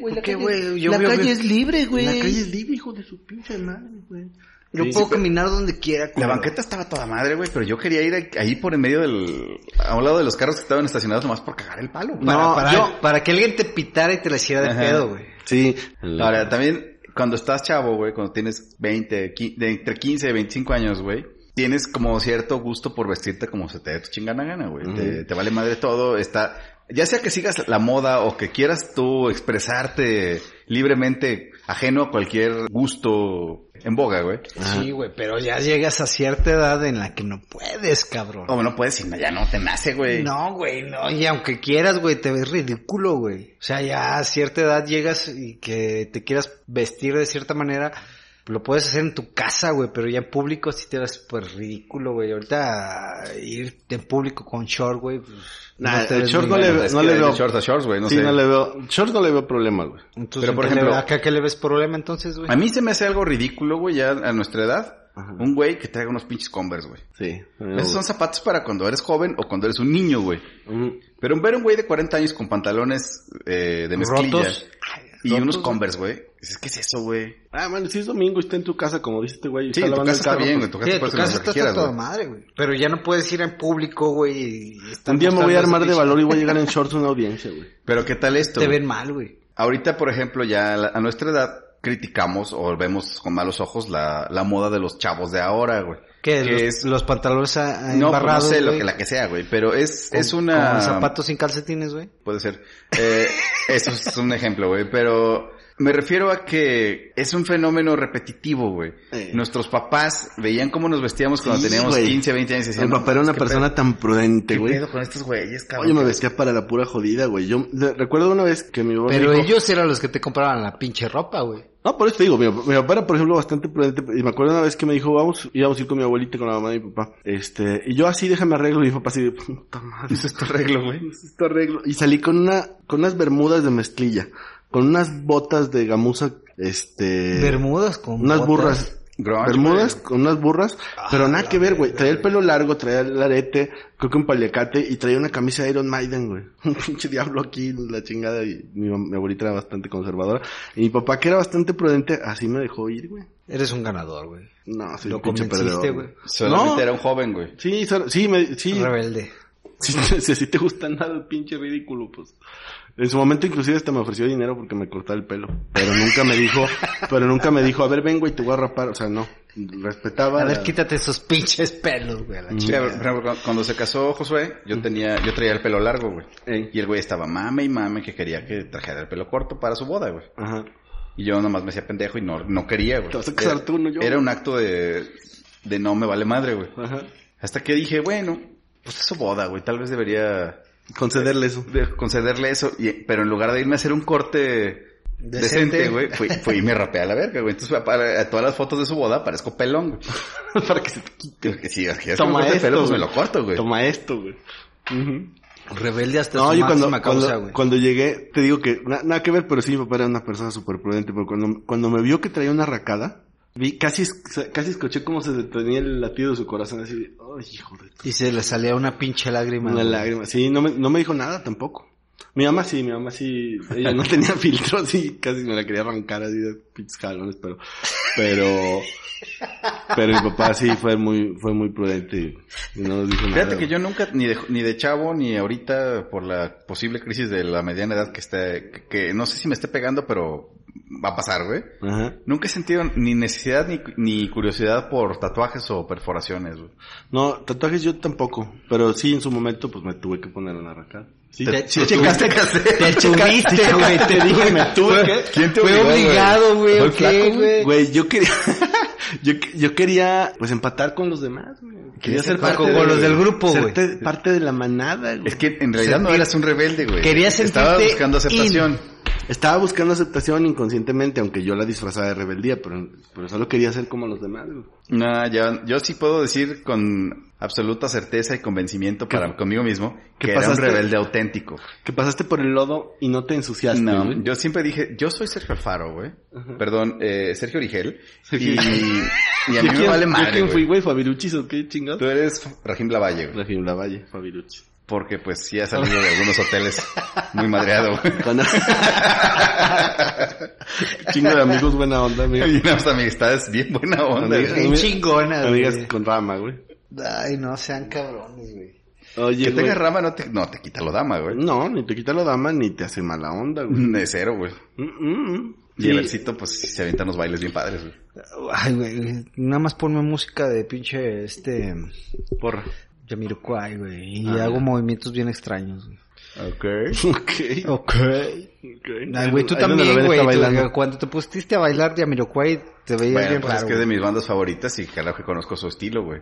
Speaker 3: ¿Por qué, güey? Yo
Speaker 2: La
Speaker 3: veo-
Speaker 2: calle es
Speaker 3: libre,
Speaker 2: La calle es libre, hijo de su pinche madre, güey.
Speaker 3: Yo puedo
Speaker 2: Sí, sí, pero-
Speaker 3: caminar donde quiera,
Speaker 1: La
Speaker 3: culero.
Speaker 1: banqueta estaba toda madre, güey, pero yo quería ir ahí- ahí por en medio del... A un lado de los carros que estaban estacionados nomás por cagar el palo. güey.
Speaker 3: Para,
Speaker 2: No,
Speaker 3: para,
Speaker 2: yo-
Speaker 3: para que alguien te pitara y te la hiciera de
Speaker 1: Ajá.
Speaker 3: pedo, güey.
Speaker 2: Sí.
Speaker 1: Ahora, también, cuando estás chavo, güey, cuando tienes 20, qui- de entre 15 y 25 años, güey, tienes como cierto gusto por vestirte como se te dé tu chingada gana, güey.
Speaker 2: Ujú.
Speaker 1: te, te vale madre todo, está... Ya sea que sigas la moda o que quieras tú expresarte libremente ajeno a cualquier gusto en boga, güey.
Speaker 3: Sí, güey, pero ya llegas a cierta edad en la que no puedes, cabrón.
Speaker 1: Como no puedes, ya no te nace, güey.
Speaker 3: No, güey, no. Y aunque quieras, güey, te ves ridículo, güey. O sea, ya a cierta edad llegas y que te quieras vestir de cierta manera, lo puedes hacer en tu casa, güey, pero ya en público sí te ves pues ridículo, güey. Ahorita ir en público con short, güey. pues,
Speaker 2: Nah,
Speaker 3: te
Speaker 2: el
Speaker 3: ves
Speaker 2: short
Speaker 3: muy
Speaker 2: no le-
Speaker 3: bien.
Speaker 1: Es
Speaker 2: no
Speaker 1: que
Speaker 2: le
Speaker 1: hay de
Speaker 2: veo.
Speaker 1: shorts a shorts, güey, no
Speaker 2: sí,
Speaker 1: sé.
Speaker 2: no le veo, shorts no le veo problema, güey.
Speaker 3: Entonces,
Speaker 1: Pero, por
Speaker 3: ¿qué le-
Speaker 1: ejemplo-
Speaker 3: acá que le ves problema, entonces, güey.
Speaker 1: A mí se me hace algo ridículo, güey, ya a nuestra edad.
Speaker 2: Ajá.
Speaker 1: Un güey que traiga unos pinches Converse, güey.
Speaker 2: Sí.
Speaker 1: Esos son zapatos para cuando eres joven o cuando eres un niño, güey.
Speaker 2: Mm.
Speaker 1: Pero ver un güey de 40 años con pantalones eh, de mezclilla
Speaker 3: Rotos.
Speaker 1: y
Speaker 3: Rotos,
Speaker 1: unos
Speaker 3: güey.
Speaker 1: Converse, güey. Dices, ¿qué es eso, güey?
Speaker 2: Ah, bueno, si es domingo y está en tu casa, como dice este güey. y
Speaker 1: Sí,
Speaker 2: está
Speaker 1: en tu
Speaker 2: lavando
Speaker 1: casa
Speaker 2: el
Speaker 1: está
Speaker 2: carro,
Speaker 1: bien, güey.
Speaker 2: pues,
Speaker 1: En tu casa
Speaker 3: Sí, en tu
Speaker 1: puedes hacer
Speaker 3: casa
Speaker 1: lo que
Speaker 3: está
Speaker 1: quieras,
Speaker 3: toda
Speaker 1: güey.
Speaker 3: madre, güey. Pero ya no puedes ir en público, güey. y estar
Speaker 2: Un día me voy a
Speaker 3: mostrando
Speaker 2: armar de
Speaker 3: ese
Speaker 2: valor y voy a llegar en shorts a una audiencia, güey.
Speaker 1: Pero ¿qué tal
Speaker 3: pinche-
Speaker 1: esto?
Speaker 3: Te
Speaker 1: güey?
Speaker 3: ven mal, güey.
Speaker 1: Ahorita, por ejemplo, ya a la- a nuestra edad criticamos o vemos con malos ojos la, la moda de los chavos de ahora, güey.
Speaker 3: Que
Speaker 1: Que
Speaker 3: los,
Speaker 1: es-
Speaker 3: los pantalones a-
Speaker 1: No,
Speaker 3: a
Speaker 1: pues, no
Speaker 3: embarrados,
Speaker 1: sé lo
Speaker 3: güey.
Speaker 1: que la que sea, güey, pero es,
Speaker 3: Con-
Speaker 1: es una...
Speaker 3: con zapatos sin calcetines, güey.
Speaker 1: Puede ser. Eh, eso es un ejemplo, güey. Pero Me refiero a que es un fenómeno repetitivo, güey.
Speaker 2: Sí.
Speaker 1: Nuestros papás veían cómo nos vestíamos cuando
Speaker 2: Sí,
Speaker 1: teníamos
Speaker 2: güey.
Speaker 1: 15, 20 años. y decían,
Speaker 2: Mi papá era
Speaker 1: "No,
Speaker 2: una
Speaker 1: ¿qué
Speaker 2: persona
Speaker 1: pedo?
Speaker 2: tan prudente,
Speaker 1: ¿Qué
Speaker 2: güey.
Speaker 1: pedo con estos güeyes, cabrón?
Speaker 2: Oye, me vestía para la pura jodida, güey. Yo de- recuerdo una vez que mi papá me
Speaker 4: Pero
Speaker 2: dijo-
Speaker 4: ellos eran los que te compraban la pinche ropa, güey.
Speaker 2: No, por eso te digo, mi, mi papá era, por ejemplo, bastante prudente. Y me acuerdo una vez que me dijo, vamos, íbamos a ir con mi abuelita, con la mamá de mi papá. Este, y yo así, déjame arreglo. Y mi papá así, de, puta madre,
Speaker 1: Es tu arreglo, güey.
Speaker 2: esto arreglo. Y salí con una, con unas bermudas de mezclilla. Con unas botas de gamuza,
Speaker 1: Eh,
Speaker 2: este...
Speaker 3: Bermudas con
Speaker 2: Unas
Speaker 3: botas.
Speaker 2: burras.
Speaker 1: Grunge,
Speaker 2: Bermudas
Speaker 1: güey.
Speaker 2: con unas burras, pero nada que ver, güey. Traía el pelo largo, traía el arete, creo que un paliacate y traía una camisa de Iron Maiden, güey. Un pinche diablo aquí, la chingada. Y mi, mam- mi abuelita era bastante conservadora. Y mi papá, que era bastante prudente, así me dejó ir, güey.
Speaker 4: Eres un ganador, güey.
Speaker 2: No, soy
Speaker 4: Lo
Speaker 2: un pinche
Speaker 4: convenciste,
Speaker 2: perdedor.
Speaker 4: güey.
Speaker 1: Solamente
Speaker 2: No.
Speaker 1: era un joven, güey.
Speaker 2: Sí, sor- sí, me, sí.
Speaker 4: Rebelde.
Speaker 2: Si, si- si te gusta nada, el pinche ridículo, pues. En su momento inclusive hasta me ofreció dinero porque me cortaba el pelo. Pero nunca me dijo, pero nunca me dijo, a ver, vengo y te voy a rapar. O sea, no. Respetaba.
Speaker 4: A ver,
Speaker 1: Ah.
Speaker 2: la-
Speaker 4: quítate esos pinches pelos, güey. a la
Speaker 1: Sí,
Speaker 4: chingada.
Speaker 1: por ejemplo, cuando- cuando se casó Josué, yo tenía, yo traía el pelo largo, güey.
Speaker 2: Ey.
Speaker 1: Y el güey estaba mame y mame que quería que trajera el pelo corto para su boda, güey.
Speaker 2: Ajá.
Speaker 1: Y yo nomás me hacía pendejo y no, no quería, güey.
Speaker 2: Te vas a casar
Speaker 1: Era-
Speaker 2: tú, no yo.
Speaker 1: Era un acto de, de no me vale madre, güey.
Speaker 2: Ajá.
Speaker 1: Hasta que dije, bueno, pues es su boda, güey. Tal vez debería
Speaker 2: Concederle eso.
Speaker 1: de- concederle eso. Y, pero en lugar de irme a hacer un corte decente, güey, fui, fui y me rapeé a la verga, güey. Entonces, para- a todas las fotos de su boda parezco pelón, güey.
Speaker 2: Para que se te quite.
Speaker 1: Que Si es que me
Speaker 2: Toma
Speaker 1: corte el pelo,
Speaker 2: esto,
Speaker 1: pues me
Speaker 2: güey.
Speaker 1: lo corto, güey.
Speaker 2: Toma esto, güey.
Speaker 4: Rebelde hasta
Speaker 2: No,
Speaker 4: su
Speaker 2: yo cuando,
Speaker 4: máxima
Speaker 2: cuando,
Speaker 4: causa, güey.
Speaker 2: cuando llegué, te digo que na- nada que ver, pero sí mi papá era una persona súper prudente. Pero cuando, cuando me vio que traía una racada, vi, casi, es- casi escuché cómo se detenía el latido de su corazón. Así de, ay, hijo de
Speaker 4: Y se le salía una pinche lágrima.
Speaker 2: Una
Speaker 4: güey.
Speaker 2: lágrima. Sí, no me, no me dijo nada tampoco. Mi mamá sí, mi mamá sí. Ella no tenía filtros y casi me la quería arrancar así de pinches jalones, pero. Pero. Pero mi papá sí fue muy, fue muy prudente y, y no nos dijo nada.
Speaker 1: Fíjate que yo nunca, ni de, ni de chavo, ni ahorita, por la posible crisis de la mediana edad que está, que, que no sé si me esté pegando, pero va a pasar, güey.
Speaker 2: Ajá.
Speaker 1: Nunca he sentido ni necesidad ni, ni curiosidad por tatuajes o perforaciones, güey.
Speaker 2: No, tatuajes yo tampoco. Pero sí, en su momento, pues me tuve que poner una arrancada. Sí,
Speaker 1: Te-
Speaker 2: sí,
Speaker 1: te
Speaker 2: sí,
Speaker 1: checaste,
Speaker 4: Te tuviste, güey. Te dije, me
Speaker 2: tuve que-
Speaker 1: ¿Quién te
Speaker 4: Fue
Speaker 1: obligó, güey?
Speaker 4: obligado, güey.
Speaker 1: Soy
Speaker 4: ok,
Speaker 1: flaco,
Speaker 4: güey.
Speaker 2: Güey, yo quería. yo, que- yo quería, pues empatar con los demás, güey. Quería ser
Speaker 4: Con-
Speaker 2: parte
Speaker 4: con
Speaker 2: de-
Speaker 4: los del grupo,
Speaker 2: ser
Speaker 4: güey.
Speaker 2: te- parte de la manada, güey.
Speaker 1: Es que en realidad no
Speaker 4: Sentir-
Speaker 1: eras un rebelde, güey.
Speaker 4: Querías
Speaker 1: Estaba
Speaker 4: sentirte
Speaker 1: buscando aceptación.
Speaker 2: Estaba buscando aceptación inconscientemente, aunque yo la disfrazaba de rebeldía, pero, pero solo quería ser como los demás. güey.
Speaker 1: No, yo, yo sí puedo decir con absoluta certeza y convencimiento para conmigo mismo
Speaker 2: qué
Speaker 1: que era un
Speaker 2: pasaste?
Speaker 1: rebelde auténtico.
Speaker 2: Que pasaste por el lodo y no te ensuciaste.
Speaker 1: No,
Speaker 2: güey.
Speaker 1: yo siempre dije, yo soy Sergio Alfaro, güey. Perdón, eh, Sergio Origel.
Speaker 2: Sergio
Speaker 1: Y,
Speaker 2: Origel.
Speaker 1: y a
Speaker 2: ¿Yo
Speaker 1: mí me
Speaker 2: quién-
Speaker 1: vale
Speaker 2: yo
Speaker 1: madre,
Speaker 2: quién fui,
Speaker 1: güey.
Speaker 2: güey? ¿Fabiruchis o qué chingados?
Speaker 1: Tú eres Rajim Lavalle, güey.
Speaker 2: Rajim Lavalle, Fabiruchis.
Speaker 1: Porque pues sí ha salido de algunos hoteles muy madreado, güey.
Speaker 2: Cuando- Chingo de amigos buena onda, amigas,
Speaker 1: Y unas amistades bien buena onda,
Speaker 2: Amigas.
Speaker 1: güey.
Speaker 4: Qué chingona,
Speaker 2: amigas
Speaker 4: güey.
Speaker 2: con rama, güey.
Speaker 4: Ay, no sean cabrones, güey.
Speaker 2: Oye,
Speaker 1: Que
Speaker 2: güey,
Speaker 1: tengas rama no te, no te quita lo dama, güey.
Speaker 2: No, ni te quita la dama ni te hace mala onda, güey.
Speaker 1: De cero, güey.
Speaker 2: Mm, mm, mm.
Speaker 1: Y el
Speaker 2: Sí.
Speaker 1: versito, pues sí se avientan unos bailes bien padres, güey.
Speaker 3: Ay, güey, nada más ponme música de pinche este
Speaker 2: Porra.
Speaker 3: Yamiroquai, güey, y
Speaker 4: Ah,
Speaker 3: hago movimientos bien extraños. güey.
Speaker 1: Ok.
Speaker 2: Ok.
Speaker 3: Ok.
Speaker 2: ok.
Speaker 3: Ay, güey, tú
Speaker 2: Ahí donde
Speaker 3: también,
Speaker 2: lo ven,
Speaker 3: güey.
Speaker 2: está
Speaker 3: tú,
Speaker 2: bailando.
Speaker 3: Cuando te pusiste a bailar Yamiroquai, te veías
Speaker 1: Bueno,
Speaker 3: bien
Speaker 1: pues es
Speaker 3: raro.
Speaker 1: que es de mis bandas favoritas y claro que conozco su estilo, güey.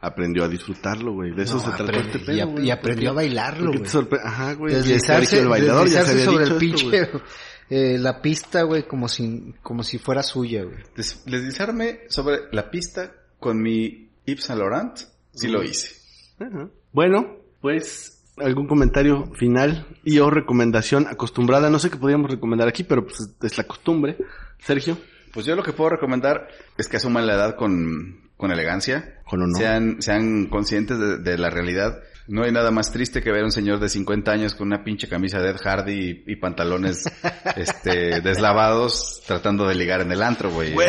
Speaker 2: aprendió a disfrutarlo, güey. De eso
Speaker 4: No,
Speaker 2: se trató
Speaker 4: aprende-
Speaker 2: este pedo,
Speaker 4: y, ap-
Speaker 2: güey.
Speaker 4: y aprendió a bailarlo,
Speaker 2: Porque
Speaker 4: güey.
Speaker 2: te sorpre- Ajá,
Speaker 3: Pues,
Speaker 2: güey.
Speaker 4: Deslizarse,
Speaker 2: Y el bailador ya se
Speaker 4: deslizarse
Speaker 2: había
Speaker 4: sobre
Speaker 2: dicho
Speaker 4: el pinche,
Speaker 2: esto, güey.
Speaker 3: eh, la pista, güey, como si, como si fuera suya, güey.
Speaker 1: Des- Deslizarme sobre la pista con mi Yves Saint Laurent, sí lo hice.
Speaker 2: Ajá. Bueno, pues algún comentario final y o recomendación acostumbrada. No sé qué podríamos recomendar aquí, pero pues es la costumbre. Sergio.
Speaker 1: Pues yo lo que puedo recomendar es que asuman la edad con, con elegancia.
Speaker 2: Con honor.
Speaker 1: Sean, sean conscientes de, de la realidad. No hay nada más triste que ver a un señor de 50 años con una pinche camisa de Ed Hardy y, y pantalones este, deslavados tratando de ligar en el antro, güey.
Speaker 2: Güey,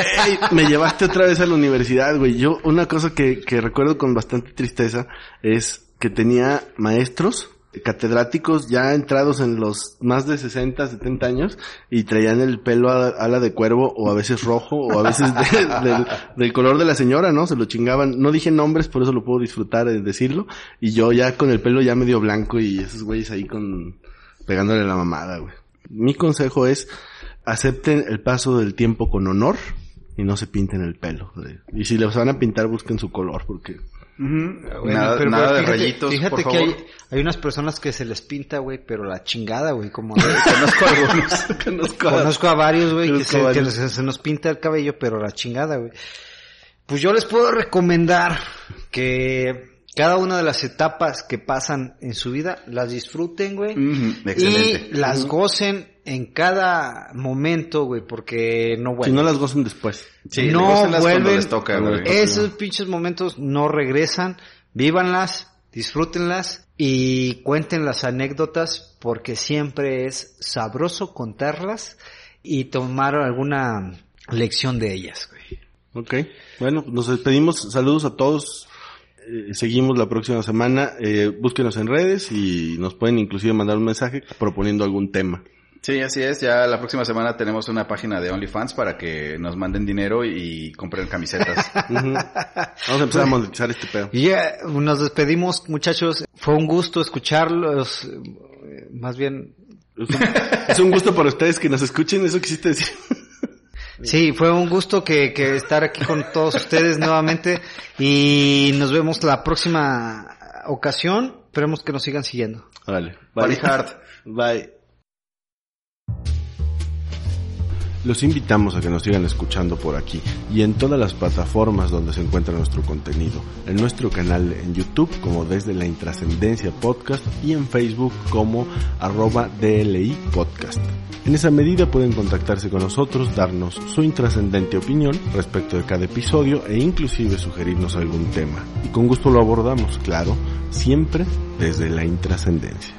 Speaker 2: me llevaste otra vez a la universidad, güey. Yo, una cosa que, que recuerdo con bastante tristeza es que tenía maestros, catedráticos ya entrados en los más de 60, 70 años y traían el pelo a ala de cuervo o a veces rojo o a veces de- del, del color de la señora, ¿no? Se lo chingaban. No dije nombres, por eso lo puedo disfrutar de decirlo. Y yo ya con el pelo ya medio blanco y esos güeyes ahí con, pegándole la mamada, güey. Mi consejo es, acepten el paso del tiempo con honor y no se pinten el pelo. güey. Y si les van a pintar, busquen su color, porque...
Speaker 3: Bueno,
Speaker 1: nada
Speaker 3: pero,
Speaker 1: nada
Speaker 3: güey,
Speaker 1: de
Speaker 3: fíjate-
Speaker 1: rayitos,
Speaker 3: Fíjate
Speaker 1: por
Speaker 3: que
Speaker 1: favor.
Speaker 3: hay, hay unas personas que se les pinta, güey, pero la chingada, güey, como...
Speaker 1: Conozco algunos. Conozco a-
Speaker 3: Conozco a varios, güey, que,
Speaker 2: Conozco
Speaker 3: se,
Speaker 2: a varios.
Speaker 3: que les- se nos pinta el cabello, pero la chingada, güey. Pues yo les puedo recomendar que cada una de las etapas que pasan en su vida las disfruten,
Speaker 2: Mm.
Speaker 3: güey.
Speaker 1: Ujú,
Speaker 3: y
Speaker 1: Excelente.
Speaker 3: las gocen en cada momento, güey, porque no
Speaker 2: Si no
Speaker 3: vuelven.
Speaker 2: las gocen después.
Speaker 1: Sí,
Speaker 3: no
Speaker 1: gócenlas cuando
Speaker 3: vuelven.
Speaker 1: les toca, güey.
Speaker 3: Esos pinches momentos no regresan. Vívanlas, disfrútenlas y cuenten las anécdotas porque siempre es sabroso contarlas y tomar alguna lección de ellas, güey.
Speaker 2: Ok. Bueno, nos despedimos. Saludos a todos. Eh, seguimos la próxima semana. Eh, búsquenos en redes y nos pueden inclusive mandar un mensaje proponiendo algún tema.
Speaker 1: Sí, así es. Ya la próxima semana tenemos una página de OnlyFans para que nos manden dinero y compren camisetas.
Speaker 2: Ujú. Vamos a empezar a monetizar este pedo.
Speaker 3: Y ya nos despedimos, muchachos. Fue un gusto escucharlos. eh, Más bien,
Speaker 2: Es un, es un gusto para ustedes que nos escuchen. Eso quisiste decir.
Speaker 3: Sí, fue un gusto que, que estar aquí con todos ustedes nuevamente y nos vemos la próxima ocasión. Esperemos que nos sigan siguiendo.
Speaker 2: Vale.
Speaker 1: Party hard.
Speaker 2: Bye. Los invitamos a que nos sigan escuchando por aquí y en todas las plataformas donde se encuentra nuestro contenido, en nuestro canal en YouTube como desde la intrascendencia podcast y en Facebook como arroba DLI podcast. En esa medida pueden contactarse con nosotros, darnos su intrascendente opinión respecto de cada episodio e inclusive sugerirnos algún tema. Y con gusto lo abordamos, claro, siempre desde la intrascendencia.